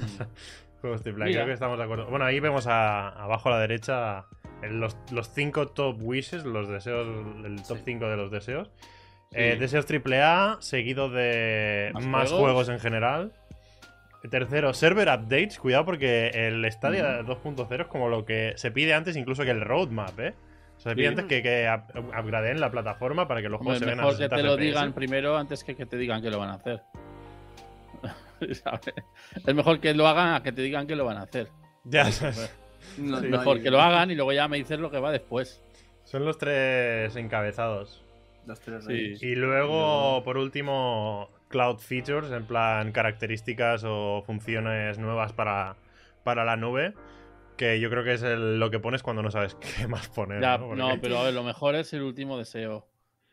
juegos AAA,
Mira.
creo que estamos de acuerdo. Bueno, ahí vemos a- abajo a la derecha en los, los cinco top wishes, los deseos, el top
Sí.
5 de los deseos.
Sí.
Eh, deseos AAA, seguido de más,
Más
juegos.
juegos.
en general. Tercero, server updates. Cuidado porque el
Mm.
Stadia 2.0 es como lo que se pide antes incluso que el roadmap, ¿eh? O sea, se pide
Sí.
antes que, que up- upgradeen la plataforma para que los
hombre,
juegos se vean a
mejor que
60
te lo
FPS.
digan primero antes que que te digan que lo van a hacer. ¿Sabes? es mejor que lo hagan a que te digan que lo van a hacer.
Ya, sabes.
No- no
mejor
hay-
que lo hagan y luego ya me dices lo que va después.
son los tres encabezados.
los tres
Sí.
reyes.
Y luego, por último, cloud features, en plan características o funciones nuevas para, para la nube. que yo creo que es el- lo que pones cuando no sabes qué más poner.
Ya,
¿no? Porque-
no, pero a ver, lo mejor es el último deseo.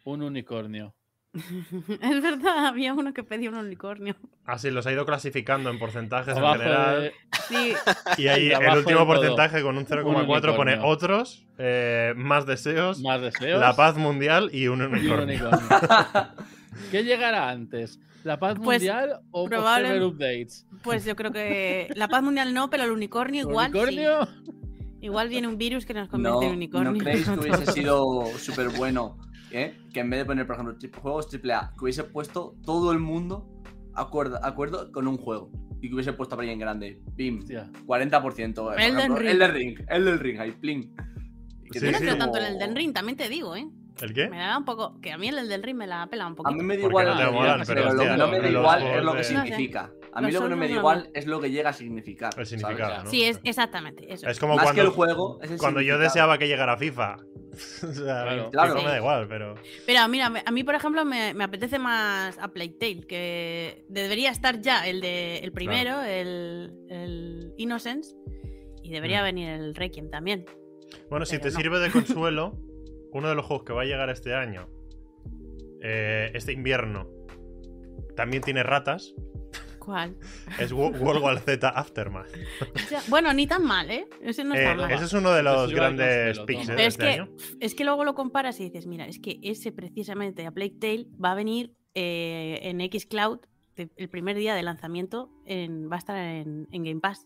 Un unicornio.
es verdad, había uno que pedía un unicornio.
Ah, sí, los ha ido clasificando en porcentajes en
Abajo
general.
de-
Sí,
Y ahí
y
el
abajo
último
del todo,
porcentaje con un 0,4 pone
unicornio.
otros, eh, más deseos,
más deseos.
la paz mundial y un
y un
unicornio.
unicornio. ¿Qué llegará antes? ¿La paz
Pues,
mundial o o
probable-
server updates?
pues yo creo que la paz mundial no, pero el unicornio igual. sí.
¿Unicornio?
Igual viene un virus que nos convierte en
No,
unicornio.
¿No creéis que hubiese sido súper bueno ¿eh? que en vez de poner, por ejemplo, tri- juegos AAA, que hubiese puesto todo el mundo acuerdo, acuerdo con un juego y que hubiese puesto ahí en grande? Bim,
Hostia.
40%. por
Elden
ejemplo,
Ring.
Elden Ring, Elden Ring, ahí, pling. Y que
Pues Sí,
Yo
te
no
sí.
creo
como-
tanto en el Elden Ring, también te digo, ¿eh?
¿El qué?
Me da un poco. Que a mí el Elden Ring me la pela un
A
poquito.
mí me da
Porque
igual,
no te
la
molan,
realidad,
pero
pero, lo
hostia,
que no me da
los
igual
juegos
es lo que
de-
significa. A
Los
mí lo que no
Souls
me da
no
igual
molan.
es lo que llega a significar.
El
¿sabes?
significado, ¿no?
Sí, es exactamente eso.
Es como
Más que
cuando,
el juego, es el
cuando yo
significado.
deseaba que llegara FIFA. o sea,
Claro.
FIFA
Claro.
me da igual, pero.
Pero mira, me- a mí, por ejemplo, me, me apetece más a Playtale, que debería estar ya el de el primero, el, el Innocence, y debería
Mm.
venir el Requiem también.
Bueno, si
Pero
te
no.
sirve de consuelo, uno de los juegos que va a llegar este año, eh, este invierno, también tiene ratas,
¿Cuál?
es Wo- World War Z Aftermath.
Ya, bueno, ni tan mal, ¿eh? Ese no está
Eh,
mal.
ese es uno de
Te
los
sirve de
grandes
consuelo,
picks
toma.
eh,
Pero
de
es
este
que,
año.
es que luego lo comparas y dices, mira, es que ese precisamente a Plague Tale va a venir eh, en Xcloud de- el primer día de lanzamiento, en, va a estar en, en Game Pass.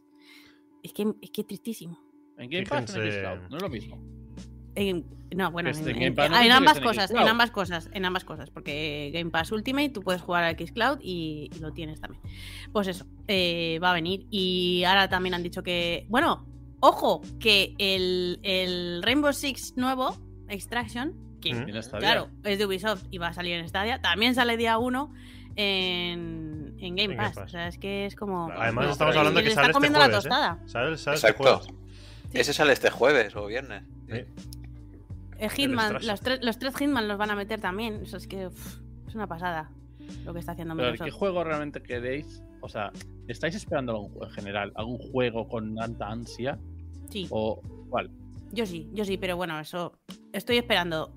Es que es que tristísimo.
¿En Game Pass o en
Fíjense.
Xcloud? No es lo mismo.
En- no, bueno,
Este
en,
Game
en-
Pass no
ah, en
tiene que
ambas
estar en
cosas, en
Xcloud.
ambas cosas, en ambas cosas, porque Game Pass Ultimate tú puedes jugar a Xcloud y, y lo tienes también. Pues eso, eh, va a venir. Y ahora también han dicho que, bueno, ojo, que el, el Rainbow Six nuevo, Extraction, que
Mm.
Tiene esta
claro,
vía.
es de Ubisoft y va a salir en Stadia, también sale día 1 en, en
En Game
Game Pass.
Pass.
O sea, es que es como...
Además,
no,
estamos
les-
hablando que
les
sale
está
este
comiendo la
jueves. ¿eh?
tostada.
Sale, sale este
Exacto.
jueves.
Sí. Ese sale este jueves o viernes.
Sí.
Eh, Hitman,
Extraction.
los, tres- los tres Hitman los van a meter también. Eso es que uf, es una pasada lo que está haciendo
Pero ¿qué
Microsoft.
juego realmente queréis? O sea, ¿estáis esperando algún juego en general? ¿Algún juego con tanta ansia?
Sí,
¿O cuál?
yo sí, yo sí, pero bueno, eso. Estoy esperando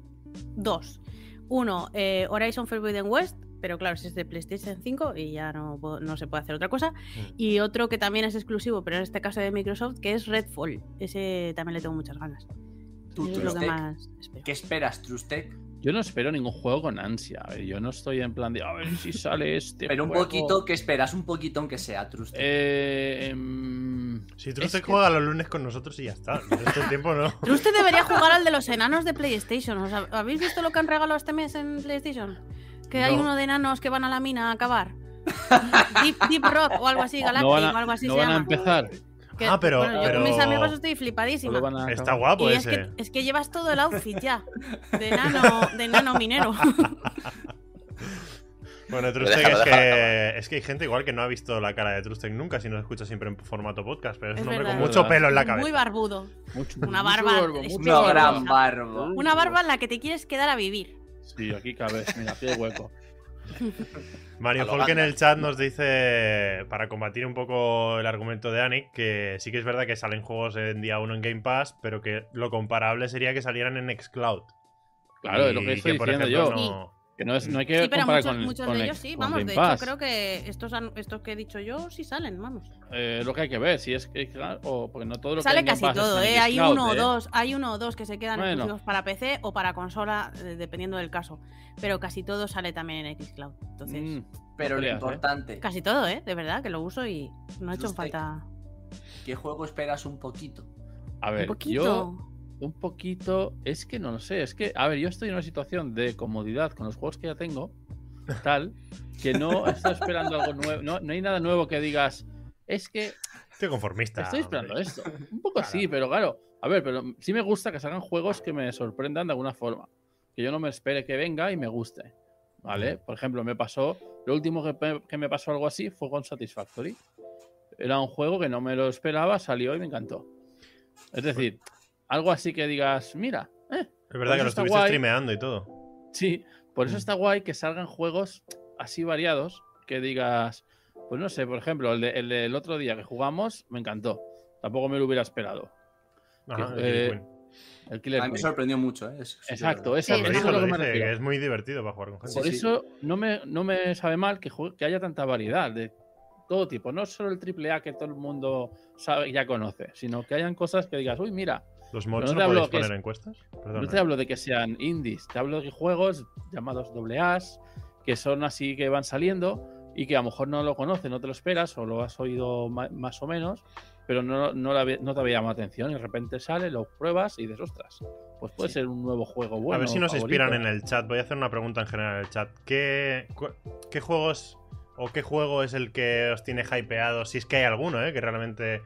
dos. Uno, eh, Horizon Forbidden West, pero claro, ese es de PlayStation 5 y ya no, puedo- no se puede hacer otra cosa.
Mm.
Y otro que también es exclusivo, pero en este caso de Microsoft, que es Redfall. Ese también le tengo muchas ganas.
Tú,
Es lo que
Trustec,
más espero.
¿Qué esperas, Trustec?
Yo no espero ningún juego con ansia. A ver, yo no estoy en plan de a ver si sale este.
Pero un
juego".
poquito, ¿qué esperas? Un poquito aunque sea, Trustec.
Eh, em,
Si tú te
que-
juega los lunes con nosotros y ya está. El resto del tiempo no.
Pero usted debería jugar al de los enanos de PlayStation. ¿Os hab- ¿Habéis visto lo que han regalado este mes en PlayStation? Que hay
No.
uno de enanos que van a la mina a acabar. Deep, Deep Rock o algo así, Galactic
no van
o
a,
algo así
no
se
van a
llama.
empezar.
Que-
Ah, pero-
bueno, yo
pero- Ah,
con mis amigos estoy
Solo
flipadísima.
van
Ah,
a
Está guapo
y es
ese.
que, es que llevas todo el outfit ya. De enano, de enano minero.
Bueno, Trustec
Déjalo,
es
déjalo.
que, es que hay gente igual que no ha visto la cara de Trustec nunca si no lo escucha siempre en formato podcast, pero es,
Es
un hombre
verdad.
con mucho
Verdad.
pelo en la cabeza.
Muy barbudo.
Mucho-
Una
mucho
barba
gordo,
de
mucho
Una
especie
gran
de-
gordo.
barba.
Una barba en la que te quieres quedar a vivir.
Sí, aquí cabe. Mira, aquí hay hueco.
Mario
A lo
Folk en
Gandalf.
el chat nos dice, para combatir un poco el argumento de Anik, que sí que es verdad que salen juegos en día 1 en Game Pass, pero que lo comparable sería que salieran en Xcloud.
Claro,
Y
es lo que estoy
por
diciendo
ejemplo,
yo.
No...
Que no, es, no hay que
Sí, pero
comparar
muchos,
con,
muchos
con
de
el-
ellos sí,
con
vamos.
Game
De
Pass.
hecho, creo que estos, han- estos que he dicho yo sí salen, vamos.
Eh, lo que hay que ver, si es que claro, o porque no todo lo que hay
Sale
en Game
casi
Pass
todo,
está en
¿eh? Hay
Xcloud,
uno o
¿eh?
dos, hay uno o dos que se quedan
Bueno.
exclusivos para PC o para consola, eh, dependiendo del caso. Pero casi todo sale también en Xcloud. Entonces,
Mm,
Pero lo
peleas, ¿eh?
importante,
casi todo, ¿eh? De verdad, que lo uso y no ha hecho
Trustec.
falta
¿qué juego esperas un poquito?
a ver,
un poquito.
yo un poquito, es que no lo sé, es que, a ver, yo estoy en una situación de comodidad con los juegos que ya tengo, tal, que no estoy esperando algo nuevo, no, no hay nada nuevo que digas, es que
Estoy conformista.
estoy esperando
hombre.
esto. Un poco sí, pero claro, a ver, pero sí me gusta que salgan juegos que me sorprendan de alguna forma, que yo no me espere que venga y me guste, ¿vale? Por ejemplo, me pasó, lo último que, pe- que me pasó algo así fue con Satisfactory. Era un juego que no me lo esperaba, salió y me encantó. Es decir, algo así que digas, mira, eh,
Es verdad
Pues
que
está
lo estuviste
guay.
streameando y todo.
Sí, por eso está guay que salgan juegos así variados, que digas, pues no sé, por ejemplo, el, de- el del otro día que jugamos me encantó, tampoco me lo hubiera esperado,
Ajá,
Eh,
el Killer Queen.
El Killer
A mí me
Queen.
sorprendió mucho, ¿eh? Eso sí que es
Exacto,
verdad.
esa
Sí,
Lo
eso es
dijo,
a lo
lo
que me
dice,
refiero.
que es muy divertido para jugar con gente.
Sí,
Por
sí.
eso no me, no me sabe mal que, jue- que haya tanta variedad de todo tipo. No solo el AAA que todo el mundo sabe y ya conoce, sino que hayan cosas que digas, uy, mira,
¿Los
no
mods
te
no,
hablo
podéis
que es-
poner encuestas? Perdón.
no te hablo de que sean indies, te hablo de juegos llamados AAAs que son así que van saliendo y que a lo mejor no lo conoces, no te lo esperas o lo has oído ma- más o menos, pero no, no, la ve- no te había llamado atención y de repente sale, lo pruebas y dices, ostras, pues puede
Sí.
ser un nuevo juego bueno.
a ver si nos
favorito".
inspiran en el chat. Voy a hacer una pregunta en general en el chat. ¿Qué, cu- qué juegos o qué juego es el que os tiene hypeado? Si es que hay alguno, ¿eh? Que realmente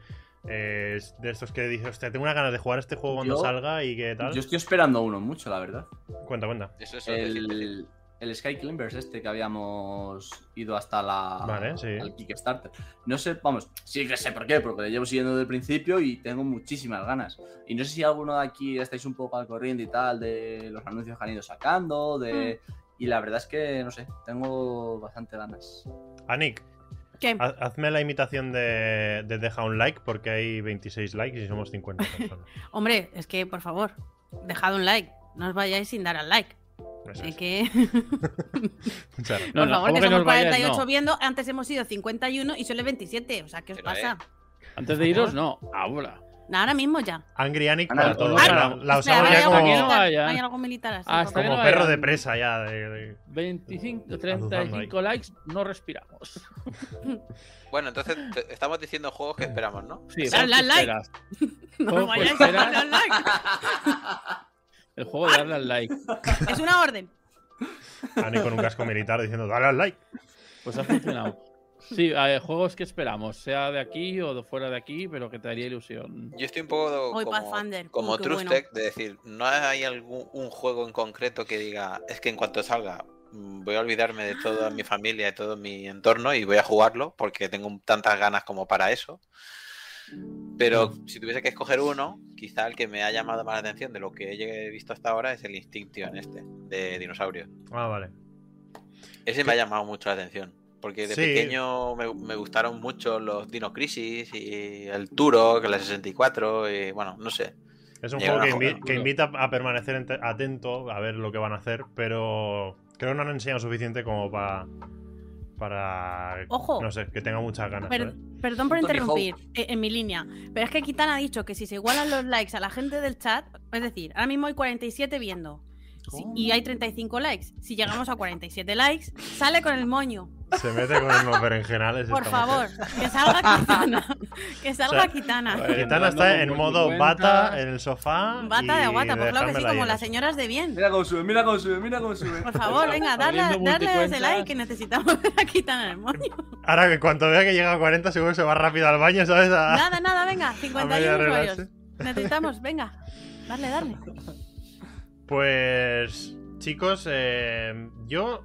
eh, es de estos que dices, hostia, tengo unas ganas de jugar este juego cuando
Yo-
salga y qué tal.
Yo estoy esperando uno mucho, la verdad.
Cuenta, cuenta.
Eso es decir, decir.
El, el Sky Climbers este que habíamos ido hasta la
Vale, sí.
al Kickstarter. No sé, vamos, sí que sé por qué, porque lo llevo siguiendo desde el principio y tengo muchísimas ganas. Y no sé si alguno de aquí estáis un poco al corriente y tal de los anuncios que han ido sacando, de...
Mm.
Y la verdad es que, no sé, tengo bastante ganas.
Anik,
¿Qué?
Ah, ha- hazme la imitación de, de Deja un like porque hay 26 likes y somos 50 personas.
Hombre, es que por favor, dejad un like. No os vayáis sin dar al like.
Eso
Es
es.
que,
Muchas gracias.
No,
por
no,
favor,
¿cómo
que
que no
somos
os vayáis?
48
No.
viendo, antes hemos sido 51 y solo 27. O sea, ¿qué os
Pero,
pasa?
Antes de iros, no, ahora.
Ahora mismo ya.
Angry Anik
Ana,
para todo.
Ana,
La- la
Espera,
usamos
¿hay
ya
algún
Aquí no Ah,
como,
militar?
vayan.
¿Hay algo militar así?
Hasta
por
que no
como
favor?
vayan.
perro de presa ya. de- de-
25,
Adudando ahí.
35 likes, no respiramos.
Bueno, entonces te- estamos diciendo juegos que esperamos, ¿no?
Sí,
Dale
vamos,
al like.
esperas.
No
Pues
vayáis sin
espera.
darle al like.
El juego de darle al like.
Es una orden.
Anik con un casco militar diciendo, dale al like.
Pues ha funcionado. Sí, a ver, juegos que esperamos, sea de aquí o de fuera de aquí, pero que te haría ilusión.
Yo estoy un poco
Hoy
como,
Pathfinder,
como
uh, qué bueno.
Trustec de decir, no hay algún un juego en concreto que diga, es que en cuanto salga mm, voy a olvidarme de toda
Ah.
mi familia y todo mi entorno y voy a jugarlo porque tengo tantas ganas como para eso. Pero
Mm.
si tuviese que escoger uno, quizá el que me ha llamado más la atención de lo que he visto hasta ahora es el Instinction este, de dinosaurios.
Ah, vale.
Ese me ha llamado mucho la atención. Porque de
Sí.
pequeño me, me gustaron mucho los Dino Crisis y el Turok, la 64 y bueno, no sé.
Es un
Llega
juego que,
una
invi-
joya.
que invita a permanecer ente- atento a ver lo que van a hacer, pero creo que no han enseñado suficiente como para. Para.
Ojo.
No sé, que tenga muchas ganas.
Per-
¿sabes?
perdón por
Un Tony
interrumpir eh, en mi línea, pero es que Kitana ha dicho que si se igualan los likes a la gente del chat, es decir, ahora mismo hay 47 viendo si-
Oh.
y hay 35 likes, si llegamos a 47 likes, sale con el moño,
Se mete con unos berenjenales.
por
esta
favor,
mujer.
que salga Kitana, que salga
O sea,
Kitana.
ver,
Gitana está en
Andando por
modo
tu
bata
cuenta.
en el sofá.
Bata de
y
guata, pues claro que sí,
dejármela
como
ahí.
las señoras de bien.
Mira cómo sube, mira cómo sube, mira cómo sube.
Por favor, venga, darle,
Abriendo
darle ese
multicuentas.
like que necesitamos ver a Kitana en el moño.
Ahora que cuando vea que llega a 40, seguro se va rápido al baño, ¿sabes? Ah. A-
Nada, nada, venga,
medio
51
arreglarse.
usuarios. Necesitamos, venga, darle, darle.
Pues chicos, eh, yo,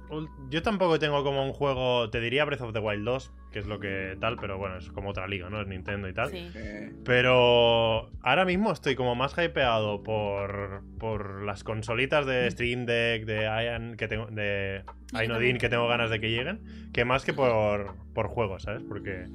yo tampoco tengo como un juego, te diría Breath of the Wild 2, que es lo que tal, pero bueno, es como otra liga, ¿no? Es Nintendo y tal.
Sí.
Eh,
Pero ahora mismo estoy como más hypeado por, por las consolitas de Stream Deck, de Ian, que tengo, de
Mm. Yo
Ainodin,
también.
que tengo ganas de que lleguen, que más que por, por juegos, ¿sabes? Porque,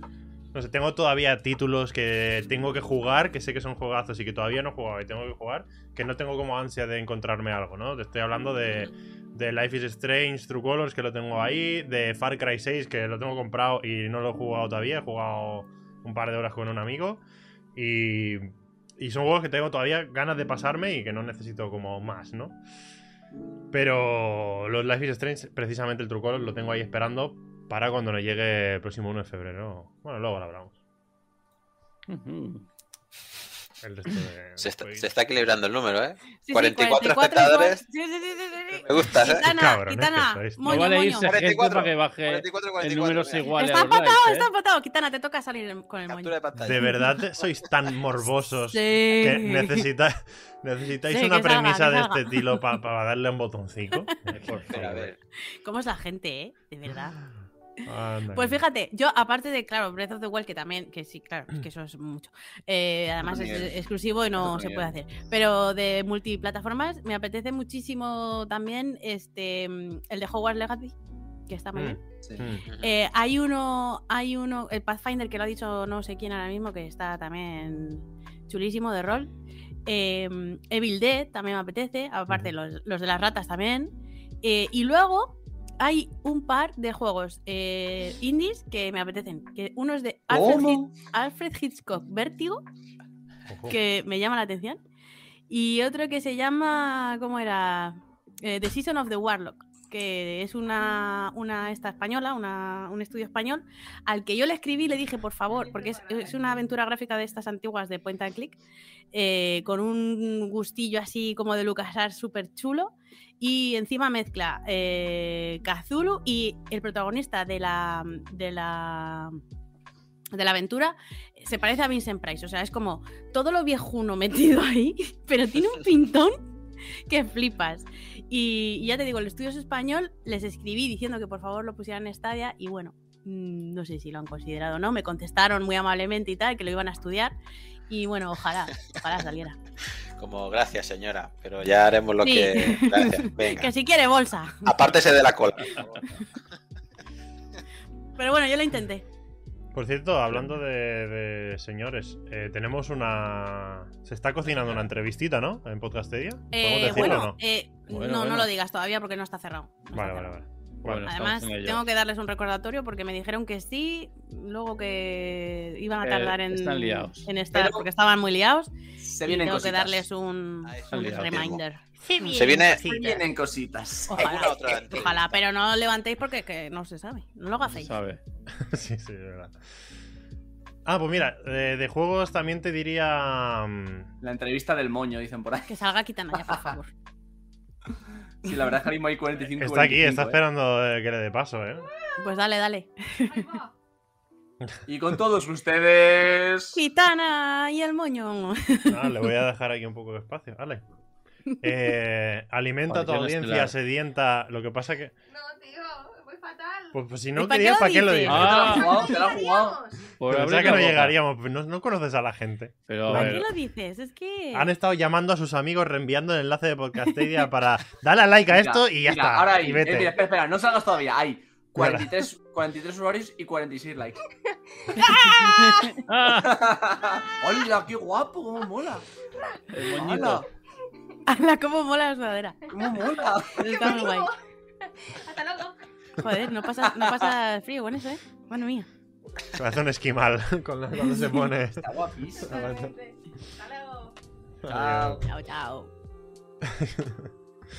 no sé, tengo todavía títulos que tengo que jugar, que sé que son juegazos y que todavía no he jugado y tengo que jugar, que no tengo como ansia de encontrarme algo, ¿no? Te estoy hablando de,
Mm.
de Life is Strange, True Colors, que lo tengo ahí, de Far Cry 6, que lo tengo comprado y no lo he jugado todavía, he jugado un par de horas con un amigo. Y, y son juegos que tengo todavía ganas de pasarme y que no necesito como más, ¿no? Pero los Life is Strange, precisamente el truco, lo tengo ahí esperando para cuando nos llegue el próximo 1 de febrero. Bueno, luego lo hablamos.
Ujú.
El resto de-
Se está,
Pues-
se está equilibrando el número, ¿eh?
Sí, sí,
44
igual-
espectadores.
Sí, sí, sí, sí, sí.
Me gusta, ¿eh?
Gitana,
Cabrón,
gitana,
es que sois-
No
moño,
vale
moño.
irse gente
44,
para que baje
44,
el
44.
número
mira.
se iguale
Está
a los likes,
empatado,
¿eh?
está empatado. Gitana, te toca salir el- con el moño.
Captura de pantalla.
De verdad sois tan morbosos
Sí.
que necesita- necesitáis
Sí,
una
que salga,
premisa
que
de
salga.
este estilo para darle un botoncito. Por
Pero a ver,
¿Cómo es la gente, eh? De verdad.
Anda,
Pues
que-
fíjate, yo aparte de, claro, Breath of the Wild, que también, que sí, claro, es que eso es mucho. Eh, además es
También.
exclusivo y no se
Eso también.
puede hacer. Pero de multiplataformas me apetece muchísimo también este mm, el de Hogwarts Legacy, que está muy bien.
sí.
Mm.
ujú.
Eh, hay uno, hay uno, el Pathfinder que lo ha dicho no sé quién ahora mismo, que está también chulísimo de rol. eh, Evil Dead también me apetece, aparte los, los de las ratas también. Eh, y luego hay un par de juegos eh, indies que me apetecen. Que uno es de Alfred,
¿Cómo?
Hitch- Alfred Hitchcock Vértigo,
Ojo.
que me llama la atención. Y otro que se llama, ¿cómo era? Eh, the Season of the Warlock, que es una, una esta española, una- un estudio español, al que yo le escribí y le dije, por favor, porque es, es una aventura gráfica de estas antiguas de point and click, eh, con un gustillo así como de LucasArts súper chulo, y encima mezcla eh, Cthulhu y el protagonista de la... De la de la aventura se parece a Vincent Price, o sea, es como todo lo viejuno metido ahí, pero tiene un pintón que flipas. Y, y ya te digo, el estudios español les escribí diciendo que por favor lo pusieran en Stadia y bueno, mm, no sé si lo han considerado o no, me contestaron muy amablemente y tal, que lo iban a estudiar y bueno, ojalá, ojalá saliera.
Como gracias, señora, pero ya haremos lo
Sí.
que. Gracias, venga.
que si quiere bolsa.
Apártese de la cola. Ah, por favor.
Pero bueno, yo lo intenté.
Por cierto, hablando de, de señores, eh, tenemos una. Se está cocinando una entrevistita, ¿no? En Podcastedia. ¿Podemos
Eh,
decirlo
bueno,
o no?
eh,
Bueno,
no,
bueno.
no lo digas todavía porque no está cerrado. no está
Vale,
cerrado.
vale, vale.
Bueno, estamos
Además,
en ello.
tengo que darles un recordatorio porque me dijeron que sí, luego que iban a
Eh,
tardar en,
están liados.
en estar
Pero-
porque estaban muy liados.
Se
y
vienen
tengo
cositas.
que darles un,
Ahí
un
liado.
reminder.
Se viene
Se vienen cositas.
alguna
Ojalá,
otra. entrevista.
ojalá, pero no os levantéis porque es que no se sabe. No lo
se
hagáis.
sabe.
sí, sí, es verdad. Ah, pues mira, de, de juegos también te diría. mm,
La entrevista del moño, dicen por ahí.
Que salga Kitana ya, por favor.
Sí, la verdad es que ahora mismo hay 45.
Está aquí,
45,
está
¿eh?
esperando eh, que le dé paso, ¿eh?
Pues dale, dale.
Ahí va.
Y con todos ustedes.
Kitana y el moño.
Ah, le voy a dejar aquí un poco de espacio. Ale. Eh, alimenta a tu
Aparición
audiencia
estelar.
sedienta. Lo que pasa que.
No, tío, voy fatal.
Pues, pues si
¿Y
no
para qué
querías,
lo
¿para qué lo
dices?
dices?
Ah,
¿Te la has jugado? ¿Te la has jugado?
Por
Pensaba
abrir
que
la
no
boca.
llegaríamos. pues No, no conoces a la gente.
Pero a
¿Para
¿Por
ver,
qué lo dices? Es que.
Han estado llamando a sus amigos, reenviando el enlace de Podcastedia para darle a like a esto y ya
Mira,
está.
Ahora hay,
y
eh,
vete.
mira, espera, espera, no salgas todavía. Hay 43, 43 usuarios y 46 likes.
¡Ah!
¡Hola, qué guapo! ¡Cómo mola!
El
¡Hala!
moñito.
Ala, cómo mola la sudadera.
¡Cómo mola!
Eso Está muy guay.
Hasta luego.
Joder, no pasa, no pasa frío con eso, ¿eh? Madre mía.
Parece un esquimal con la- cuando se pone.
Está guapísimo.
Totalmente. Hasta luego.
Chao.
Chao, chao.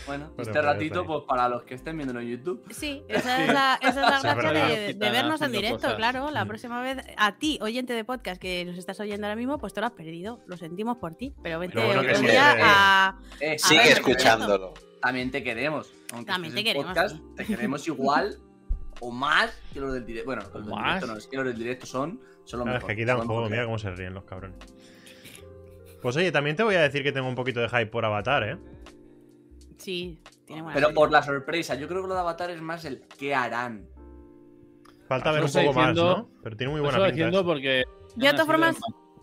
Bueno,
Pero
este
bueno, está
ratito,
ahí.
pues para los que estén viéndolo en YouTube.
Sí, esa es la, esa es la
Sí, es
gracia
verdad.
de, de vernos en
Haciendo
directo,
cosas.
claro. La
Mm.
próxima vez, a ti, oyente de podcast que nos estás oyendo ahora mismo, pues te lo has perdido. Lo sentimos por ti, pero vete
Pero bueno,
otro
que sí,
día
eh.
a. A
Eh,
ver,
Sigue
¿qué
escuchándolo.
También te queremos. Aunque
También
estés
te
en
queremos,
podcast,
sí.
te queremos igual o más que los del directo. Bueno, los del
¿Más?
directo no, es que los del directo son, son los
Claro, es
mejores,
que aquí dan
son
juego,
los
mira
mejores.
cómo se ríen los cabrones. Pues oye, también te voy a decir que tengo un poquito de hype por Avatar, ¿eh?
Sí, tiene buena.
Pero por la sorpresa, yo creo que lo de Avatar es más el qué harán.
Falta
Eso
ver un
está
poco más,
Ah, diciendo-
¿no? Pero tiene muy
Lo
buena
estoy
pinta.
diciendo
eso.
porque.
Yo, de todas
han nacido
formas,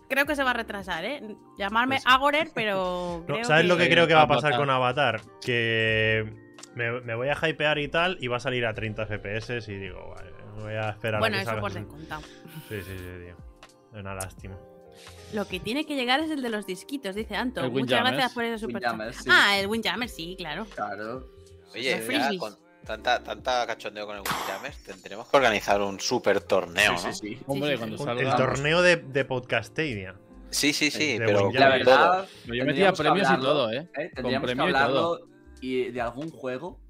creo que se va a retrasar, ¿eh? Llamarme
Pues-
Agorer, pero.
No,
creo
¿Sabes lo que
Sí,
creo que va a
Avatar.
pasar con Avatar? Que me, me voy a hypear y tal, y va a salir a 30 FPS y digo, vale, voy a esperar
Bueno,
a que
eso
salga.
por descontado.
Sí, sí, sí, tío. Una lástima.
Lo que tiene que llegar es el de los disquitos, dice Anto.
El
Muchas
Windjammers.
gracias por ese super
Windjammers, sí.
Ah, el Windjammer, sí, claro.
Claro.
Oye,
Los
ya
frisbees.
con tanta, tanta cachondeo con el Windjammer, tendremos que organizar un super torneo,
sí,
¿no?
sí, sí.
Hombre,
sí,
cuando
sí.
El
salga.
torneo de, de Podcastadia.
Sí, sí, sí,
El de
pero
La
Windjammer.
con todo.
verdad,
Yo metía
tendríamos que
premios y
hablarlo,
todo, ¿eh?
¿eh? tendríamos que
premio y todo.
hablarlo y de algún juego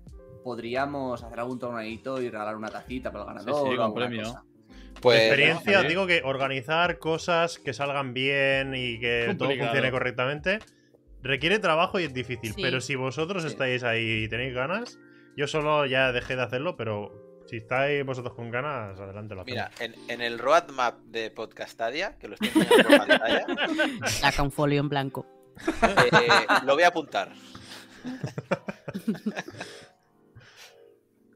podríamos hacer algún torneito y regalar una tacita para el
Sí,
ganador.
sí,
o
con
alguna
premio.
cosa.
Pues,
experiencia,
sí.
digo que organizar cosas que salgan bien y que todo
Complicado.
funcione correctamente requiere trabajo y es difícil.
Sí.
Pero si vosotros
Sí.
estáis ahí y tenéis ganas, yo solo ya dejé de hacerlo, pero si estáis vosotros con ganas, adelante lo hacemos.
Mira, en, en el roadmap de Podcastadia, que lo estoy enseñando por pantalla,
Saca un folio en blanco.
eh, lo voy a apuntar.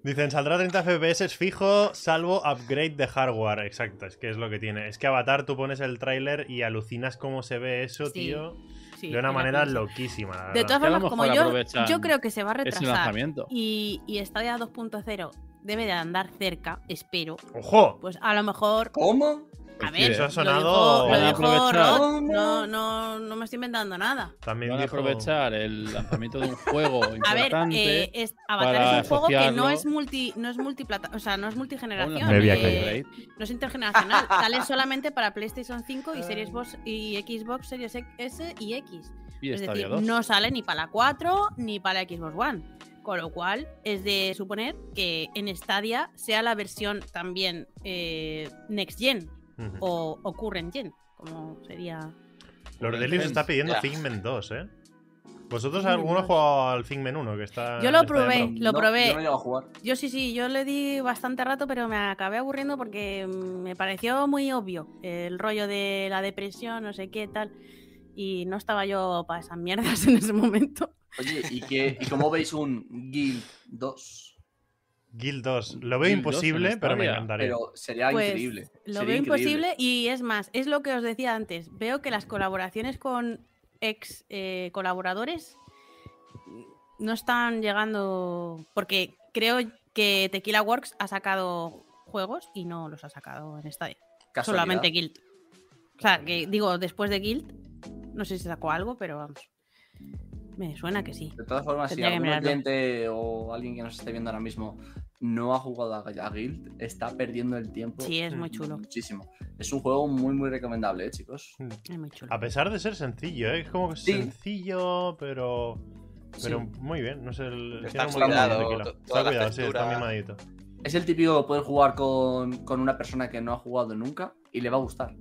Dicen, saldrá 30 FPS fijo, salvo upgrade de hardware. Exacto, es que es lo que tiene. Es que Avatar, tú pones el tráiler y alucinas cómo se ve eso,
Sí,
tío.
Sí,
de una
es la
manera
cosa.
loquísima, la
De
verdad.
todas
Que a lo
formas, como
mejor
yo,
aprovechan
yo creo que se va a
Es el
retrasar
lanzamiento.
y, y Stadia 2.0 debe de andar cerca, espero,
¡Ojo!
pues a lo mejor
¿Cómo?
A
Sí,
ver,
eso ha
lo
sonado-
dijo-
Van
lo
a
dijo
aprovechar.
Rod, no, no, no me estoy inventando nada.
También
Van a
dijo-
aprovechar el lanzamiento de un juego
A ver,
importante.
eh, es- Avatar
para
es un juego que no
asociarlo.
es multi, no es multiplata, o sea, no es multigeneración,
Me voy a
eh,
callar.
no es intergeneracional, sale solamente para PlayStation 5 y Series Box y Xbox Series S y X.
y
es
Stadia
decir,
2.
no sale ni para la 4 ni para la Xbox One. Con lo cual, es de suponer que en Stadia sea la versión también eh, Next Gen
Ujú.
o, o Current Gen, como sería.
Los Delius está pidiendo
Ya.
Figment 2, ¿eh? ¿Vosotros
Figment
alguno ha
2.
jugado al Figment 1? Que está,
Yo
está
lo
de
probé.
pro?
Eh, Lo
No,
probé.
yo no he llegado a jugar.
Yo sí, sí, yo le di bastante rato, pero me acabé aburriendo porque mm, me pareció muy obvio el rollo de la depresión, no sé qué, tal. Y no estaba yo para esas mierdas en ese momento.
Oye, ¿y, qué, ¿y cómo veis un Guild 2?
Guild 2. Lo veo
Guild 2
imposible,
en
pero me
Stadia.
encantaría.
Pero sería
Pues,
increíble.
Lo
sería
veo
increíble.
imposible y es más, es lo que os decía antes. Veo que las colaboraciones con ex eh, colaboradores no están llegando porque creo que Tequila Works ha sacado juegos y no los ha sacado en Stadia.
Casualidad.
Solamente Guild. O sea, que digo, después de Guild, no sé si sacó algo, pero vamos. Me suena que sí.
De todas formas, si
Tendría que
algún
mirarlo.
cliente o alguien que nos esté viendo ahora mismo no ha jugado a, a Guild, está perdiendo el tiempo.
Sí, es muy
mm,
chulo.
Muchísimo. Es un juego muy, muy recomendable, ¿eh, chicos.
Es muy chulo.
Ah,
A pesar de ser sencillo, ¿eh? es como que
Sí.
sencillo, pero. Pero
Sí.
muy bien, no sé. El, tiene
Está
un buen
cuidado,
tequila.
to-
Está
todas las
cuidado, sí, está
texturas.
mimadito.
Es el típico poder jugar con, con una persona que no ha jugado nunca y le va a gustar.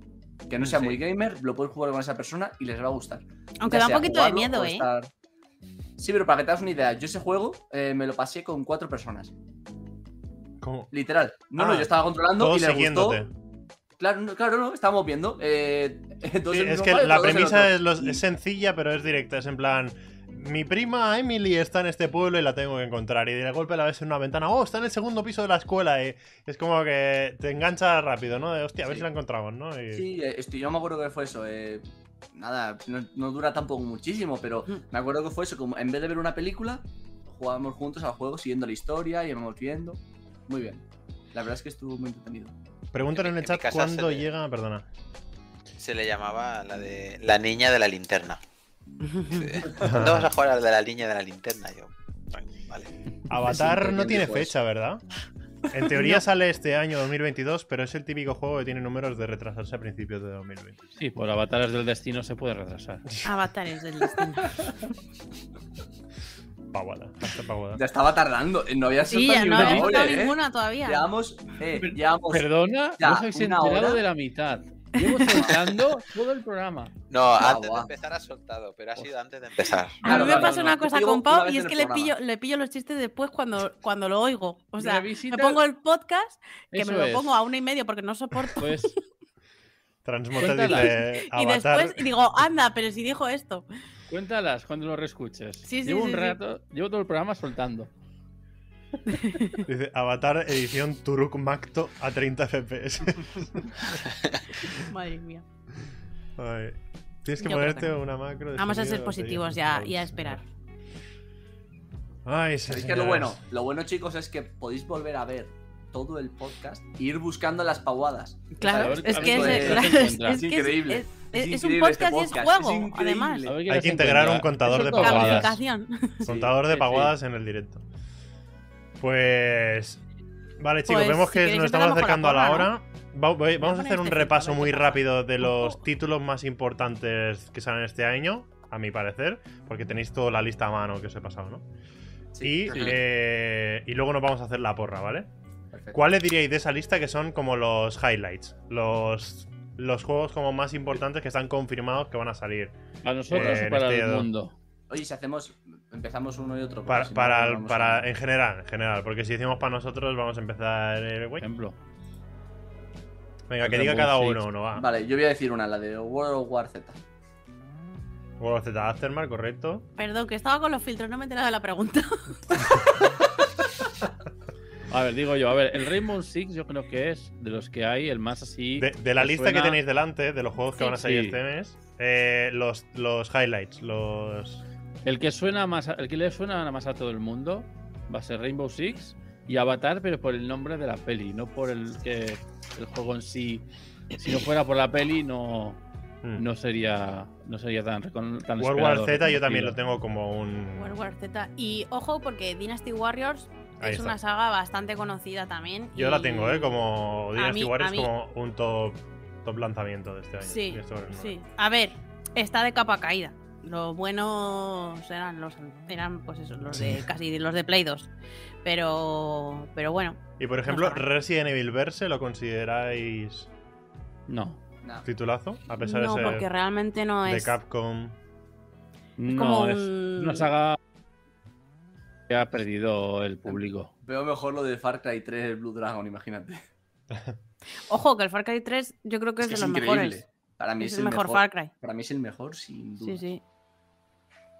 Que no sea
Sí.
muy gamer, lo puedes jugar con esa persona y les va a gustar.
Aunque
Ya
da un
sea
poquito de
jugarlo
miedo,
o
¿eh?
estar- Sí, pero para que te hagas una idea, yo ese juego eh, me lo pasé con cuatro personas.
Como-
Literal. No, no,
Ah,
yo estaba controlando y
Todos
le gustó.
siguiéndote.
Claro, no, claro, no, estábamos viendo. eh, dos
Sí,
en
es
uno
que
falla,
la
otro dos en otro.
premisa es, los-
Y-
es sencilla, pero es directa. Es en plan. Mi prima Emily está en este pueblo y la tengo que encontrar. Y de golpe la ves en una ventana. ¡Oh! Está en el segundo piso de la escuela. Y es como que te engancha rápido, ¿no? De hostia, a ver
Sí.
si la encontramos, ¿no? Y-
Sí, eh, esto- yo me acuerdo que fue eso. eh, nada, no, no dura tampoco muchísimo, pero
Ujú.
me acuerdo que fue eso. Como en vez de ver una película, jugábamos juntos al juego siguiendo la historia y íbamos viendo. Muy bien. La verdad es que estuvo muy entretenido.
Preguntan en
En
el
mi
chat
casa se
cuándo
le-
llega. Perdona.
Se le llamaba la de la niña de la linterna. ¿Cuándo vas a jugar al de la niña de la linterna? Yo. bueno, Vale.
Avatar
Sí,
no
sí,
tiene
pues.
fecha, ¿verdad? En teoría sale este año 2022, pero es el típico juego que tiene números de retrasarse a principios de 2020.
Sí, por avatares del destino se puede retrasar.
Avatares del destino.
Paguada, hasta paguada.
Ya estaba tardando. eh, No había
Sí,
soltado
ya
ni
no
una
había
bola,
soltado
¿eh?
ninguna todavía.
Llevamos, eh, llevamos
Perdona,
Ya,
no os habéis
una
enterado
hora.
de la mitad. Llevo soltando todo el programa.
No, antes
guau.
de empezar ha soltado, pero ha sido antes de empezar.
A
Claro,
mí me
claro,
pasa
no,
una
no.
cosa
Yo
con
una
Pau
vez
y es
en
que
el
le
programa.
pillo, le pillo los chistes después cuando, cuando lo oigo. O sea,
Revisita-
me pongo el podcast, que
Eso
me lo
es.
pongo a una y medio porque no soporto.
Pues
Transmuta
Cuéntala.
dice
Y
Avatar.
después digo, anda, pero si dijo esto.
cuéntalas cuando lo reescuches.
Sí, sí,
llevo
sí,
un
sí.
rato, llevo todo el programa soltando.
Dice Avatar edición Turuk Macto a 30 FPS.
Madre mía.
Ay, Tienes que
Yo creo
ponerte
que no.
una macro. de
Vamos a
sonido
ser
de
positivos
Jason
ya
Paul,
y a
señor.
esperar.
Ay, sí,
Es que lo
señores.
bueno, lo bueno, chicos, es que podéis volver a ver todo el podcast e ir buscando las pavadas.
Claro,
A ver,
es
a
que
ver
es,
qué
claro,
se
es-
encuentra.
es
Es
que es-
increíble.
es-
Es
es un
increíble este
podcast y es
podcast, es
juego,
increíble.
además.
A ver qué
Hay
nos
que integrar
encuentra.
un contador
Eso
de
es todo
pavadas.
pavadas.
Gamificación.
Contador de
Sí, sí.
pavadas en el directo. Pues. Vale, chicos,
Pues,
vemos
si
que
queréis
nos
empezamos
estamos
con la
acercando a la
porra,
hora. Va- voy-
Voy a
vamos a
poner
hacer un
este efecto,
repaso
a ver
muy
qué
rápido de los
Ojo.
títulos más importantes que salen este año, a mi parecer, porque tenéis toda la lista a mano que os he pasado, ¿no?
Sí,
y, eh, y luego nos vamos a hacer la porra, ¿vale?
perfecto.
¿Cuáles diríais de esa lista que son como los highlights? Los, los juegos como más importantes que están confirmados que van a salir.
¿A nosotros
Eh,
o para
en este
el
dedo.
mundo?
Oye, si hacemos, empezamos uno y otro. porque
Para,
si no,
para-
vamos a-
para- en general, en general, porque si decimos para nosotros vamos a empezar el
Por ejemplo.
Venga, que
Dragon
diga cada
Ball
uno,
Em, Six.
uno va.
Vale, yo voy a decir una, la de World of War Z.
World of Z Aftermath, correcto.
Perdón, que estaba con los filtros, no me he enterado de la pregunta.
A ver, digo yo, a ver, el Rainbow Six yo creo que es de los que hay el más así.
De, de la
que
lista
suena-
que tenéis delante, de los juegos que
Sí.
van a salir
Sí.
este mes, eh, los, los highlights, los.
El que suena más, a- el que le suena más a todo el mundo va a ser Rainbow Six y Avatar, pero por el nombre de la peli, no por el que el juego en sí si no fuera por la peli, no, no sería no sería tan, recon- tan
hmm. World War
esperado,
Z yo también
reconocido.
lo tengo como un.
World War Z. Y ojo, porque Dynasty Warriors
Ahí
es
está.
una saga bastante conocida también.
Yo
y-
la tengo, ¿eh? Como
A
Dynasty
mí-
Warriors
a mí-
como un top, top lanzamiento de este año.
Sí,
Dynasty Warriors
sí.
9.
A ver, está de capa caída. Los buenos eran los eran pues eso, los de casi los de Play 2. Pero pero bueno,
Y por ejemplo,
está mal.
Resident Evil Verse, ¿lo consideráis
No.
No.
titulazo? A pesar de
no
ser
porque realmente no
de
es
Capcom.
No,
como
es
un-
una saga que ha perdido el público.
Veo mejor lo de Far Cry 3 Blue Dragon, imagínate.
Ojo, que el Far Cry 3 yo creo que es,
que
de los mejores.
Para mí
Es
es,
el mejor Far Cry.
Para mí es el mejor, sin duda.
Sí, sí.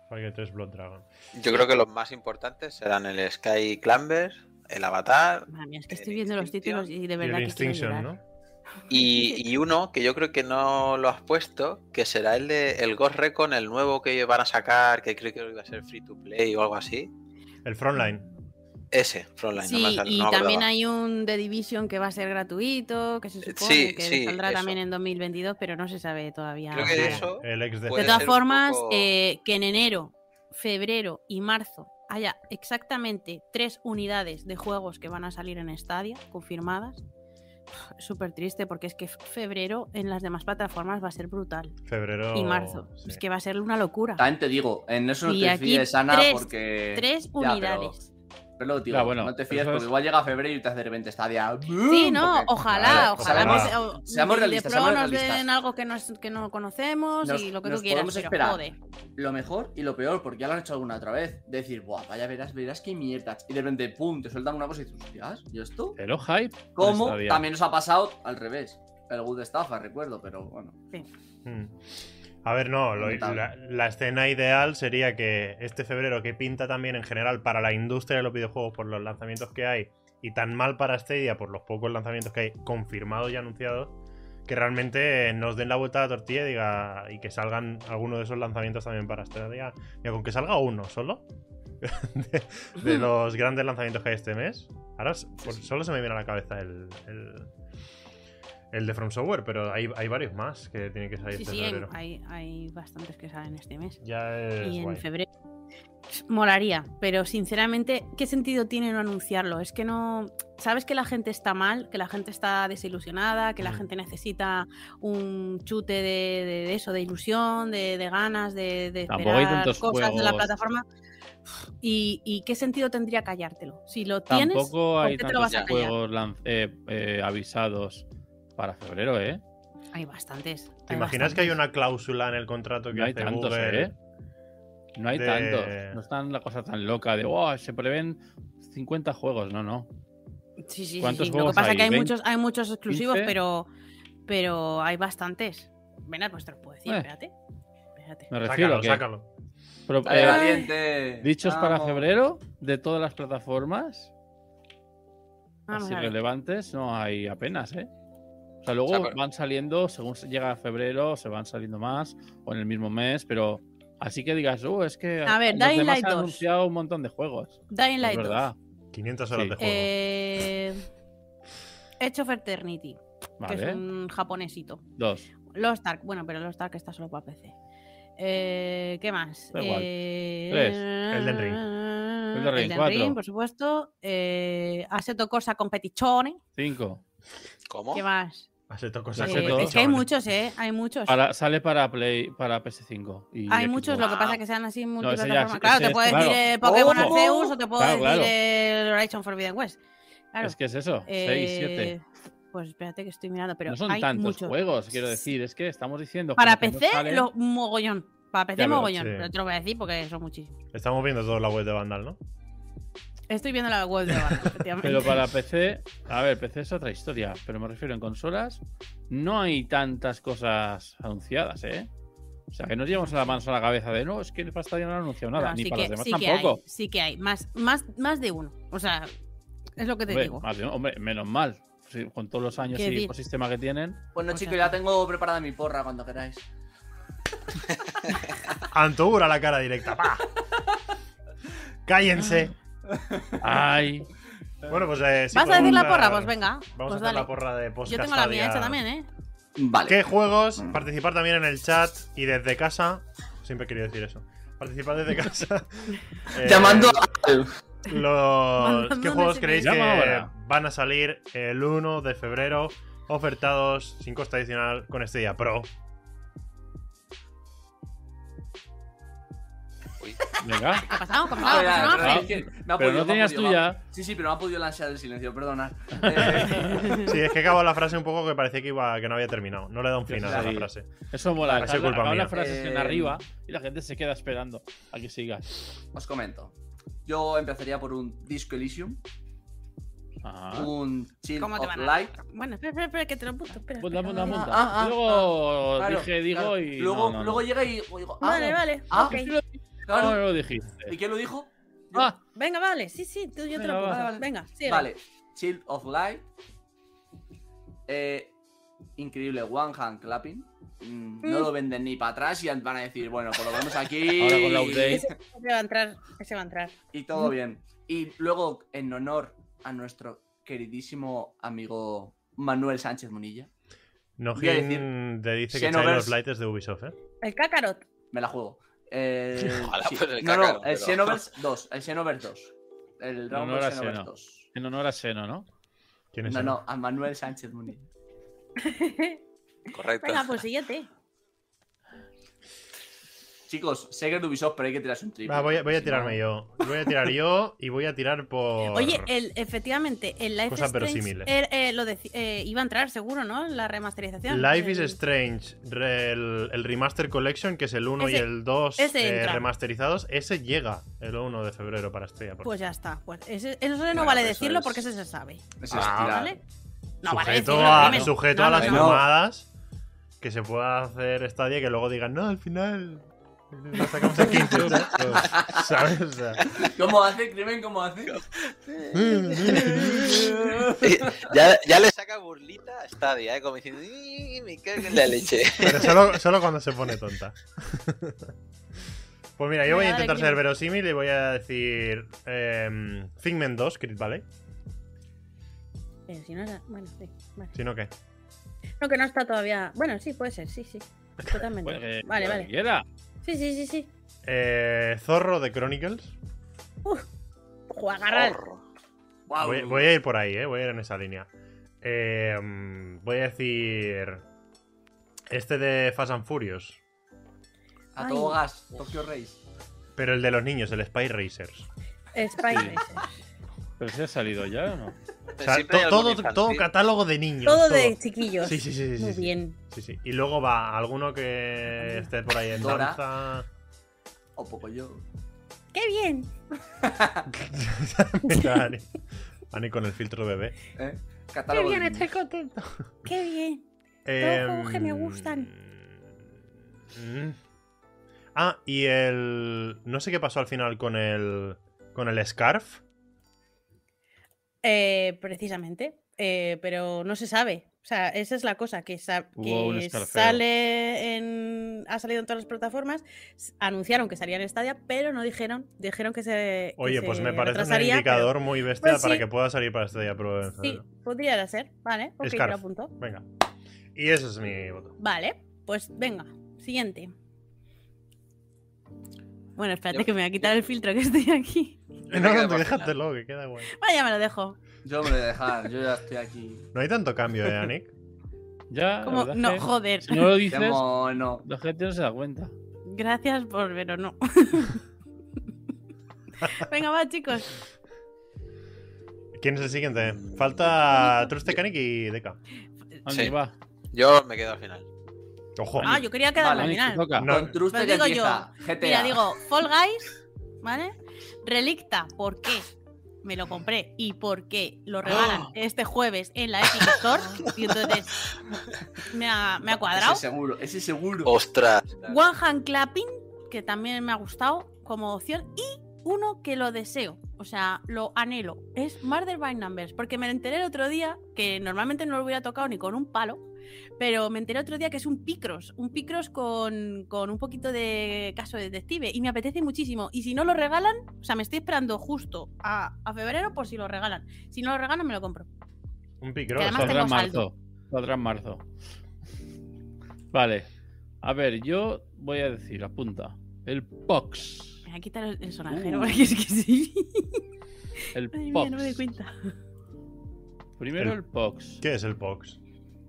Far Cry 3 Blood Dragon.
Yo creo que los más importantes serán el Sky Clamber, el Avatar
Madre mía, es que
El
estoy viendo los
Instinction.
títulos y de
Y
verdad
el
que quiero
Instinction,
llorar.
¿no?
y, y uno que yo creo que no lo has puesto, que será el de el Ghost Recon, el nuevo que van a sacar, que creo que iba a ser free to play o algo así.
El Frontline.
Ese, Frontline. no me
Sí,
sale-
y
no me
también
acordaba.
hay un The Division que va a ser gratuito, que se
Eh,
supone
sí,
que
sí,
saldrá
eso.
también en 2022, pero no se sabe todavía.
Creo
Sí,
que
nada.
eso
El ex de
de
puede
todas
ser un
formas,
poco-
eh, que en enero, febrero y marzo haya exactamente tres unidades de juegos que van a salir en Stadia confirmadas, pf, es súper triste porque es que febrero en las demás plataformas va a ser brutal.
febrero.
Y marzo,
sí.
es que va a ser una locura.
También te digo, en eso no
Y
te
aquí
fíes, Ana,
tres-
porque.
Tres
pero-
unidades.
Pero luego, tío,
Ya, bueno,
no te fíes
eso
porque
es-
igual llega febrero y te hace de repente estadia.
Sí, no, ojalá,
claro,
ojalá.
ojalá.
pues, o-
Seamos
de-
realistas,
de pro
seamos
nos
realistas.
den algo que, nos- que no conocemos
Nos-
y lo que
nos
tú quieras,
podemos
pero
esperar.
joder.
Lo mejor y lo peor, porque ya lo han hecho alguna otra vez. Decir, buah, vaya, verás, verás qué mierda. Y de repente, pum, te sueltan una cosa y dices, hostias, ¿y esto?
Pero hype.
¿Cómo?
Stadia.
También nos ha pasado al revés. El Good Estafa, recuerdo, pero bueno.
Mm. A ver, no, lo-
Lamentable.
la, la escena ideal sería que este febrero, que pinta también en general para la industria de los videojuegos por los lanzamientos que hay, y tan mal para Stadia por los pocos lanzamientos que hay confirmados y anunciados, que realmente nos den la vuelta a la tortilla y, diga, y que salgan algunos de esos lanzamientos también para Stadia. Mira, con que salga uno solo de, de los grandes lanzamientos que hay este mes. Ahora s- por- solo se me viene a la cabeza el, el, el de From Software, pero hay, hay varios más que tienen que salir
Sí,
este
sí, en-
febrero.
hay, hay bastantes que salen este mes.
Ya es
y en
guay.
febrero. pues, Molaría, pero sinceramente, ¿qué sentido tiene no anunciarlo? Es que no. Sabes que la gente está mal, que la gente está desilusionada, que la
Mm.
gente necesita un chute de, de- de eso, de ilusión, de, de ganas, de, de
Tampoco hay
esperar
tantos
cosas de la
juegos.
plataforma. ¿Y, y qué sentido tendría callártelo? Si lo tienes,
Tampoco
¿por
hay
qué te lo vas
tantos
a callar?
juegos lanz- eh, eh, avisados para febrero, ¿eh?
Hay bastantes.
¿Te imaginas que hay una cláusula en el contrato que
No hay
hace
tantos,
Google?
¿eh? No hay
de-
tantos. No está la cosa tan loca de, wow, se prevén 50 juegos. No, no.
bastantes. Sí, sí, sí,
¿Cuántos
sí. Lo que
juegos
pasa es
hay?
que hay
20,
muchos, hay muchos exclusivos,
15.
pero, pero hay bastantes. Venga, pues te los puedo decir,
Eh.
espérate. Espérate.
Me refiero
Sácalo,
a que
sácalo.
pro-
Dale,
eh,
valiente!
dichos para
Vamos.
febrero de todas las plataformas
Vamos
así
a ver.
relevantes no hay apenas, ¿eh? O sea, luego
O sea, pero-
van saliendo, según se llega a febrero, se van saliendo más, o en el mismo mes, pero así que digas, uh, es que
A ver,
los
Dying
demás
Light
han
2.
anunciado un montón de juegos.
Dying
Es
Light 2.
verdad.
500 horas
Sí.
de juego.
Eh, Edge of Eternity, que es
Vale,
un japonesito.
dos.
Lost Ark, bueno, pero Lost Ark está solo para PC. Eh, ¿Qué más?
Da igual.
Eh,
Tres.
Elden Ring.
Elden Ring,
Elden
cuatro.
Ring, por supuesto. Eh, Assetto Corsa Competizione.
Cinco.
¿Cómo?
¿Qué más?
Aseto
La
cosas
Assetto.
Eh, es que hay muchos, ¿eh? Hay muchos.
Para- sale para Play, para PS5. y
Hay
Xbox.
muchos, lo que pasa es que sean así
ese ya-
multiplataforma.
ese-
claro, te
ese-
puedo decir
claro.
eh, Pokémon
Ojo.
Arceus o te puedo
Claro, claro.
decir el Horizon Forbidden West. Claro.
Es que es eso,
Eh,
6, 7.
Pues espérate que estoy mirando, pero
No son
hay
tantos
muchos.
juegos, quiero decir, es que estamos diciendo.
Para
como que no
PC,
salen-
lo, mogollón. Para PC,
Ya veo,
mogollón.
sí.
Pero te lo voy a decir porque son muchísimos.
Estamos viendo toda la web de Vandal, ¿no?
Estoy viendo la web de Valve, efectivamente.
Pero para PC, a ver, PC es otra historia, pero me refiero en consolas, no hay tantas cosas anunciadas, ¿eh? O sea, que nos llevamos la mano a la cabeza de no, es que para Stadia no han anunciado nada,
No,
ni
sí
para
que-
los demás
sí que hay,
tampoco.
sí que hay. Más, más, más de uno. O sea, es lo que te
Hombre,
digo.
más de- hombre, menos mal, sí, con todos los años
Qué
y
bien.
ecosistema que tienen.
Bueno,
Pues
chicos,
ya
ya
está.
tengo preparada mi porra cuando queráis.
Antobura la cara directa. ¡pa! Cállense.
Ay,
Bueno, pues eh, sí
¿Vas a decir
podemos
la porra?
dar-
Pues venga.
Vamos
pues
a hacer
dale.
la porra de podcast.
Yo tengo la mía hecha también, ¿eh?
Vale.
¿Qué juegos? Participar también en el chat y desde casa. Siempre quería decir eso. Participar desde casa. Eh,
Llamando a Al.
Los, ¿Qué
Mandando
juegos
un
creéis
SMS. Llama
que
ahora.
van a salir el 1 de febrero? Ofertados sin coste adicional con este día Pro.
Uy,
Venga.
¿Qué ha pasado? ¿Qué ha pasado?
Ah,
Pues ¿Qué
ya,
ha
perdón,
pasado?
es que me
Pero
ha podido,
no
me ha
tenías
podido,
tú
me ha-
ya.
Sí, sí, pero me ha podido lanzar el silencio, perdonad. Eh,
Sí, es que acabo la frase un poco que parecía que, iba, que no había terminado. No le da un
Yo
final
sé.
a la frase.
Eso mola.
Ha sido
acaba-
culpa
acaba
mía.
la frase en
Eh,
arriba y la gente se queda esperando a que sigas.
os comento. Yo empezaría por un Disco Elysium,
Ah.
un Chill
¿Cómo te
of
van a-
Light.
Bueno, espera, espera, espera, que te lo apunto. Espera,
Pues la
espera,
monta,
vale,
monta.
ah, ah,
luego
Claro,
dije, digo
claro.
y.
Luego,
no, no, no.
luego llega y o digo, ah,
Vale, vale.
ah,
ok.
Sí lo-
claro.
No, no lo
¿Y
dijiste.
quién lo dijo?
Ah,
Venga, vale. Sí, sí, tú yo te lo
Venga,
apunto.
vale.
Venga, sigue.
Vale, Shield of Light. Eh, increíble One Hand Clapping. Mm, No
Mm.
lo venden ni para atrás y van a decir, bueno, pues lo vemos aquí.
Ahora con la update.
Ese, ese va a entrar, ese va a entrar.
Y todo bien. Y luego, en honor a nuestro queridísimo amigo Manuel Sánchez Munilla, Voy a
Nojin te dice que Child
Xenoverse.
of Light es de Ubisoft, ¿eh?
El Kakarot.
me la juego. Eh,
Ojalá
sí.
fuera el
no, no,
Kakarot,
el
pero-
Xenoverse 2. El Xenoverse 2. El Dragon
honor
Ball
a
Xenoverse
Xeno.
2.
En honor a Seno, ¿no?
¿Quién es
No,
él?
no, a Manuel Sánchez Munilla.
correcto.
Venga, pues siguiente.
Chicos, sé que es de Ubisoft, pero hay que tirarse un triple.
Ah, voy, a, voy a
si
tirarme
no-
yo. Voy a tirar yo y voy a tirar por.
Oye, el, efectivamente, el Life
Cosas
is Strange,
verosímiles.
eh, eh, lo deci- eh, iba a entrar seguro, ¿no? La remasterización.
Life is
El-
Strange, re- el, el Remaster Collection, que es el 1 y
Ese-
el 2
ese
eh,
entra.
remasterizados, ese llega el 1 de febrero para Estrella. Pro.
Pues ya está. Pues ese- eso no
Bueno,
vale
pues eso
decirlo
es-
porque ese se sabe.
Ese es
Ah,
tirar.
¿Vale? No vale
sujeto
decirlo.
a,
primero.
sujeto
No,
a
no,
las
no.
fumadas que se pueda hacer Stadia que luego digan, no, al final. Lo sacamos el 15. ¿Sabes? O sea,
¿Cómo hace, crimen? ¿Cómo hace?
Sí, ya, ya le saca burlita a Stadia, ¿eh? como diciendo, "Ih, me cago en la leche.
Pero solo, solo cuando se pone tonta. Pues mira, yo voy a
Venga, dale,
intentar
dime.
ser verosímil y voy a decir em, Figment 2, Crit Valley.
Pero Eh, si no era- bueno, sí, vale.
Si no, ¿qué?
No, que no está todavía. Bueno, sí, puede ser, sí, sí. Totalmente.
Pues, eh,
vale,
lo que
vale.
Quiera.
Sí, sí, sí, sí.
Eh, Zorro de Chronicles.
Juagarral.
Guau.
Voy, voy a ir por ahí, ¿eh? Voy a ir en esa línea. Em, voy a decir. Este de Fast and Furious.
A todo
Ay.
gas, Tokyo Race.
Pero el de los niños, el Spy Racers.
Spice.
Pero si ha salido ya o no.
O sea,
Siempre hay
to-
algún
todo,
infantil.
todo catálogo de niños.
Todo de chiquillos.
Sí, sí, sí. sí,
Muy
sí, sí.
bien.
Sí, sí. Y luego va alguno que esté por ahí en
Dora.
danza.
O ¿eh? poco yo.
¡Qué bien!
Mira, Ani. Ani con el filtro bebé.
¿eh? Catálogo de niños.
contento! ¡Qué bien!
Em,
juegos que me gustan.
mm. Ah, y el. No sé qué pasó al final con el. Con el Scarf.
Eh, precisamente. Eh, pero no se sabe. O sea, esa es la cosa que, sa-
Hubo
que
un escarceo.
sale en. Ha salido en todas las plataformas. s- Anunciaron que salía en Stadia, pero no dijeron. Dijeron que se. que
Oye, pues
se
me parece un
retrasaría, pero-
indicador muy bestia
Pues sí.
para que pueda salir para este día prueba.
pues,
en
Sí,
febrero.
eh.
podría ser. Vale, ok, te
Scarf.
lo apunto.
Venga. Y ese es mi voto.
Vale, pues venga, siguiente. Bueno, espérate
Yo-
que me voy a quitar el filtro que estoy aquí.
me
No,
quedo
no,
por
déjatelo, que queda guay.
Vaya, me lo dejo.
Yo me lo voy a dejar, yo ya estoy aquí.
No hay tanto cambio, ¿eh, Anik?
Ya. la
Como,
verdad
no,
es que
joder.
Si no lo
Qué
dices,
mono.
la gente no se da cuenta.
Gracias por ver o no. venga, va, chicos.
¿Quién es el siguiente? Falta Trustek, Anik y Deca.
Andy,
Sí.
va.
Yo me quedo al final.
Ojo.
Ah, yo quería quedarme al
Vale,
Andy, te
final.
toca.
No.
Con Truste
Pero
que
digo
empieza. GTA.
Mira, digo, Fall Guys, ¿vale? Relicta, ¿por qué? Me lo compré y porque lo regalan este jueves en la Epic Store. Y entonces me ha, me ha cuadrado.
Ese seguro, ese seguro.
Ostras.
One Hand Clapping, que también me ha gustado como opción, y uno que lo deseo, o sea, lo anhelo, es Murder by Numbers, porque me enteré el otro día, que normalmente no lo hubiera tocado ni con un palo, pero me enteré otro día que es un Picross, un Picross con, con un poquito de caso de detective, y me apetece muchísimo, y si no lo regalan, o sea, me estoy esperando justo a, a febrero por si lo regalan, si no lo regalan me lo compro.
Un picro.
Que además
Saldrá en
tengo saldo.
marzo. Saldrá en marzo. Vale. A ver, yo voy a decir, apunta. El Pox.
Me voy a quitar el
Uh.
sonajero porque es que sí.
El
Ay, mira,
Pox.
no me doy cuenta.
Primero
El-
el Pox.
¿Qué es el Pox?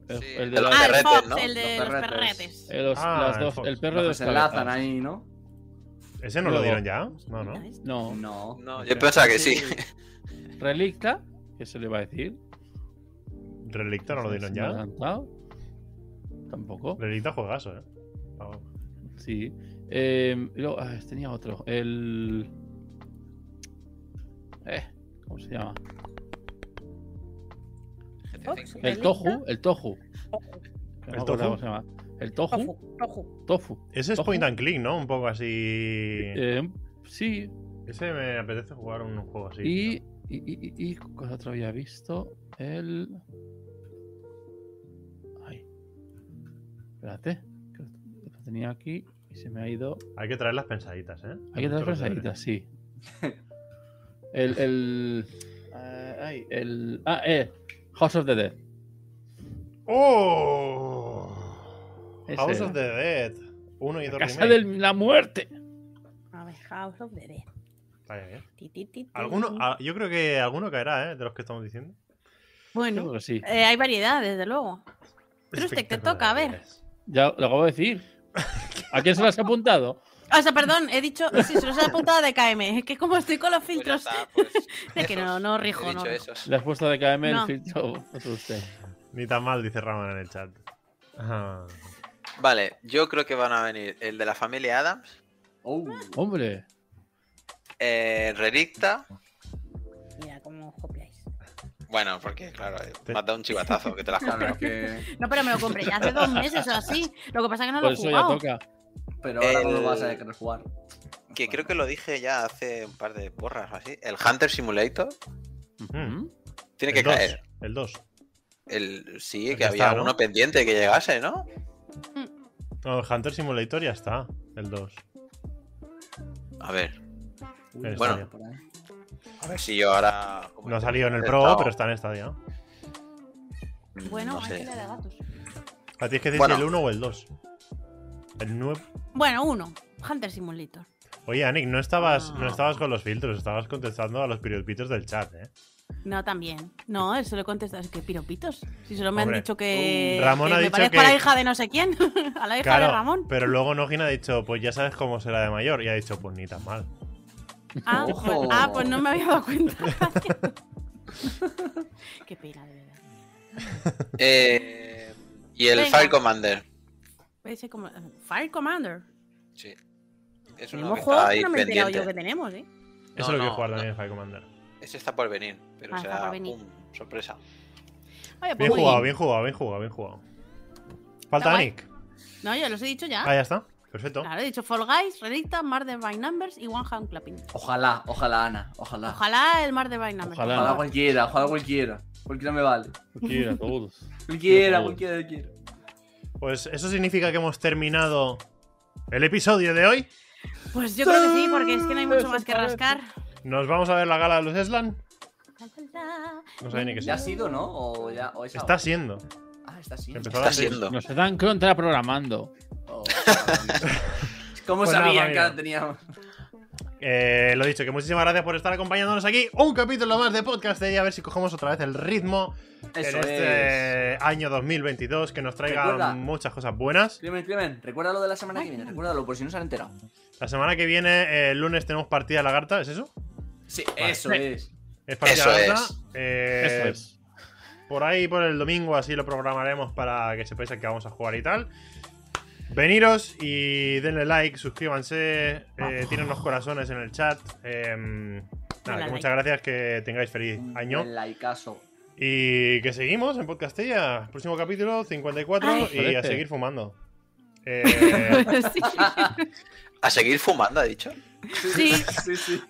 El,
Sí,
el de
el-
la-
Los
Ah, el
perretes,
Fox,
¿no?
el de
Los
los
perretes.
perretes.
eh, los-
Ah,
las
el
dos-
Fox.
el perro
Los
de
que
dos
se enlazan
cabezas.
ahí, ¿no?
¿Ese no lo
Luego.
dieron ya? No,
¿eh?
no.
este
No.
No.
No, yo pensaba que sí. Pues
Relicta, que se le va a decir.
Relicta no lo dieron
Se me ha
ya.
adelantado. Tampoco.
Relicta juegazo, eh. Vamos.
Sí. Eh, y luego, ah, tenía otro. El. Eh, ¿Cómo se llama?
Fox,
El
Relicta,
tohu. El tohu. No me
¿El
acuerdo
tofu?
cómo se llama. El tohu.
Tofu, tofu.
Tofu.
Ese es
Ojo.
point and click, ¿no? Un poco así.
Eh, sí.
Ese me apetece jugar un juego así.
Y, y, y, y, y ¿cuál otro había visto? El. Ay. Espérate. que Lo tenía aquí y se me ha ido.
Hay que traer las pensaditas, ¿eh?
Hay que traer
Mucho que
frasaditas, sí. El. el eh, ay, el. Ah, eh. House of the Dead.
¡Oh!
Ese
House
era.
of the Dead. Uno y dos
Casa
remake.
de la muerte.
A ver, House of the Dead.
Vaya bien.
Ti, ti, ti, ti.
Alguno, Ah, a- yo creo que alguno caerá, ¿eh? De los que estamos diciendo.
Yo
Bueno,
creo que sí.
eh, hay variedad, desde luego. Trustek, te toca, a ver.
Ya lo acabo de decir. ¿A quién se lo has apuntado?
O sea, perdón, he dicho. Sí, se los he apuntado de KM. Es que como estoy con los filtros. Es que no, no rijo,
pues, He
no
dicho
rijo.
esos.
Le has puesto de KM
No.
el filtro. otro usted.
Ni tan mal, dice Raman en el chat. Ah,
Vale, yo creo que van a venir el de la familia Adams,
Oh,
Hombre.
eh, Relicta.
Mira cómo jopláis.
Bueno, porque claro, eh,
Te-
me has dado un chivatazo que te las
claro, es
compras.
que.
No, pero me lo compré ya hace dos meses o así. Lo que pasa es que no
Por
lo he
eso ya
jugado.
toca.
Pero ahora no lo
El-
vas a querer jugar.
Que creo que lo dije ya hace un par de porras o así. El Hunter Simulator
Ujú.
tiene
Hmm. el
que
dos,
caer.
El 2.
El, sí,
El
que
que
había
Pues está, ¿no?
uno pendiente que llegase, ¿no?
No, el Hunter Simulator ya está. El 2.
A ver,
Uy,
Está
bueno.
bien.
por ahí.
a ver si yo ahora. como
No ha
he
salido en el
estado-
Pro, pero está en Stadia.
mm,
Bueno,
no
hay
sé.
pila de gatos.
A ti es que decir
Bueno.
el 1 o el 2. El 9.
Bueno, uno. Hunter Simulator.
Oye, Anik, no estabas, no
Ah.
estabas con los filtros, estabas contestando a los piropitos del chat, ¿eh?
No, también. No, eso le he contestado. Es que piropitos. Si solo me
Hombre.
han dicho que.
Uh, Ramón
que
ha
me
dicho
parezco a la
que-
hija de no sé quién. a la hija de Ramón.
pero luego Nogin ha dicho, pues ya sabes cómo será de mayor. Y ha dicho, pues ni tan mal.
Ah,
Ojo.
pues, ah, pues no me había dado cuenta. Qué pena, de verdad.
Eh, y el
Venga.
Fire Commander.
Ese como- uh, Fire Commander.
Sí. Es uno
Tenemos
que
juegos
está
que
ahí
no me he enterado yo que
pendiente.
tenemos, ¿eh?
Eso es lo que quiero
no,
jugar
no.
también en Fire Commander.
Ese está por venir, pero
Ah, está
será
por venir.
pum, sorpresa.
Oye, pues
Bien
muy
jugado, bien jugado, bien jugado, bien jugado.
Está
Falta
guay.
Anik.
No, yo los he dicho ya.
Ah, ya está. Perfecto.
Claro, he dicho Fall Guys, Relicta, Murder by Numbers y One Hand Clapping.
Ojalá, ojalá, Ana.
Ah.
Ojalá. Ojalá,
Ojalá el Murder by Numbers.
Ojalá.
cualquiera, ojalá cualquiera. Cualquiera me vale.
Cualquiera, todos.
Cualquiera,
Yo-
cualquiera, cualquiera.
Pues eso significa que hemos terminado el episodio de hoy.
Pues yo creo que sí, porque es que no hay mucho
Eso
más que
parece.
rascar.
Nos vamos a ver la gala de los Eslan. No sabía ni qué
¿Ya ha
sea.
sido, no? ¿O ya? O es
Está
ahora?
siendo.
Ah, está siendo.
Empezó a
Está
las seis.
siendo.
Nos están contraprogramando.
Oh, cabrón. ¿Cómo
Pues nada,
sabían que
amigo.
ahora teníamos?
Eh, lo dicho, que muchísimas gracias por estar acompañándonos aquí. Un capítulo más de podcast y a ver si cogemos otra vez el ritmo en
Eso es.
este año 2022 que nos traiga
Recuerda.
muchas cosas buenas.
Clemen, Clemen, recuerda lo de la semana que viene, recuérdalo por si no se han enterado.
La semana que viene, eh, el lunes, tenemos partida de lagarta, ¿es eso?
Sí, eso es.
Es partida
Eso
lagarta.
es.
Eh,
Eso es.
Por ahí, por el domingo, así lo programaremos para que sepáis a qué vamos a jugar y tal. Veniros y denle like, suscríbanse, eh, tiren los corazones en el chat. em, nada,
like.
que muchas gracias, que tengáis feliz año.
El laicazo.
Y que seguimos en Podcastella. Próximo capítulo 54
Ay.
y a
Parece.
seguir fumando. Eh,
Sí,
A seguir fumando, ha dicho.
sí.
Sí, sí.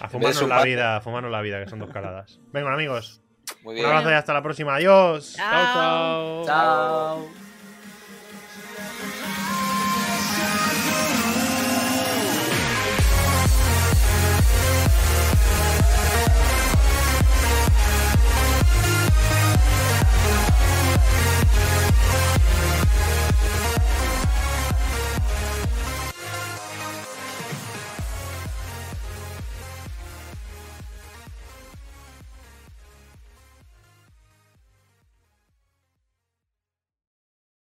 a
vez de
fumarnos la
sumar-
vida, a fumarnos la vida, que son dos caladas. Venga, amigos,
Muy
un
bien.
Eh,
abrazo y hasta la próxima. Adiós.
Chao, chao.
Chao.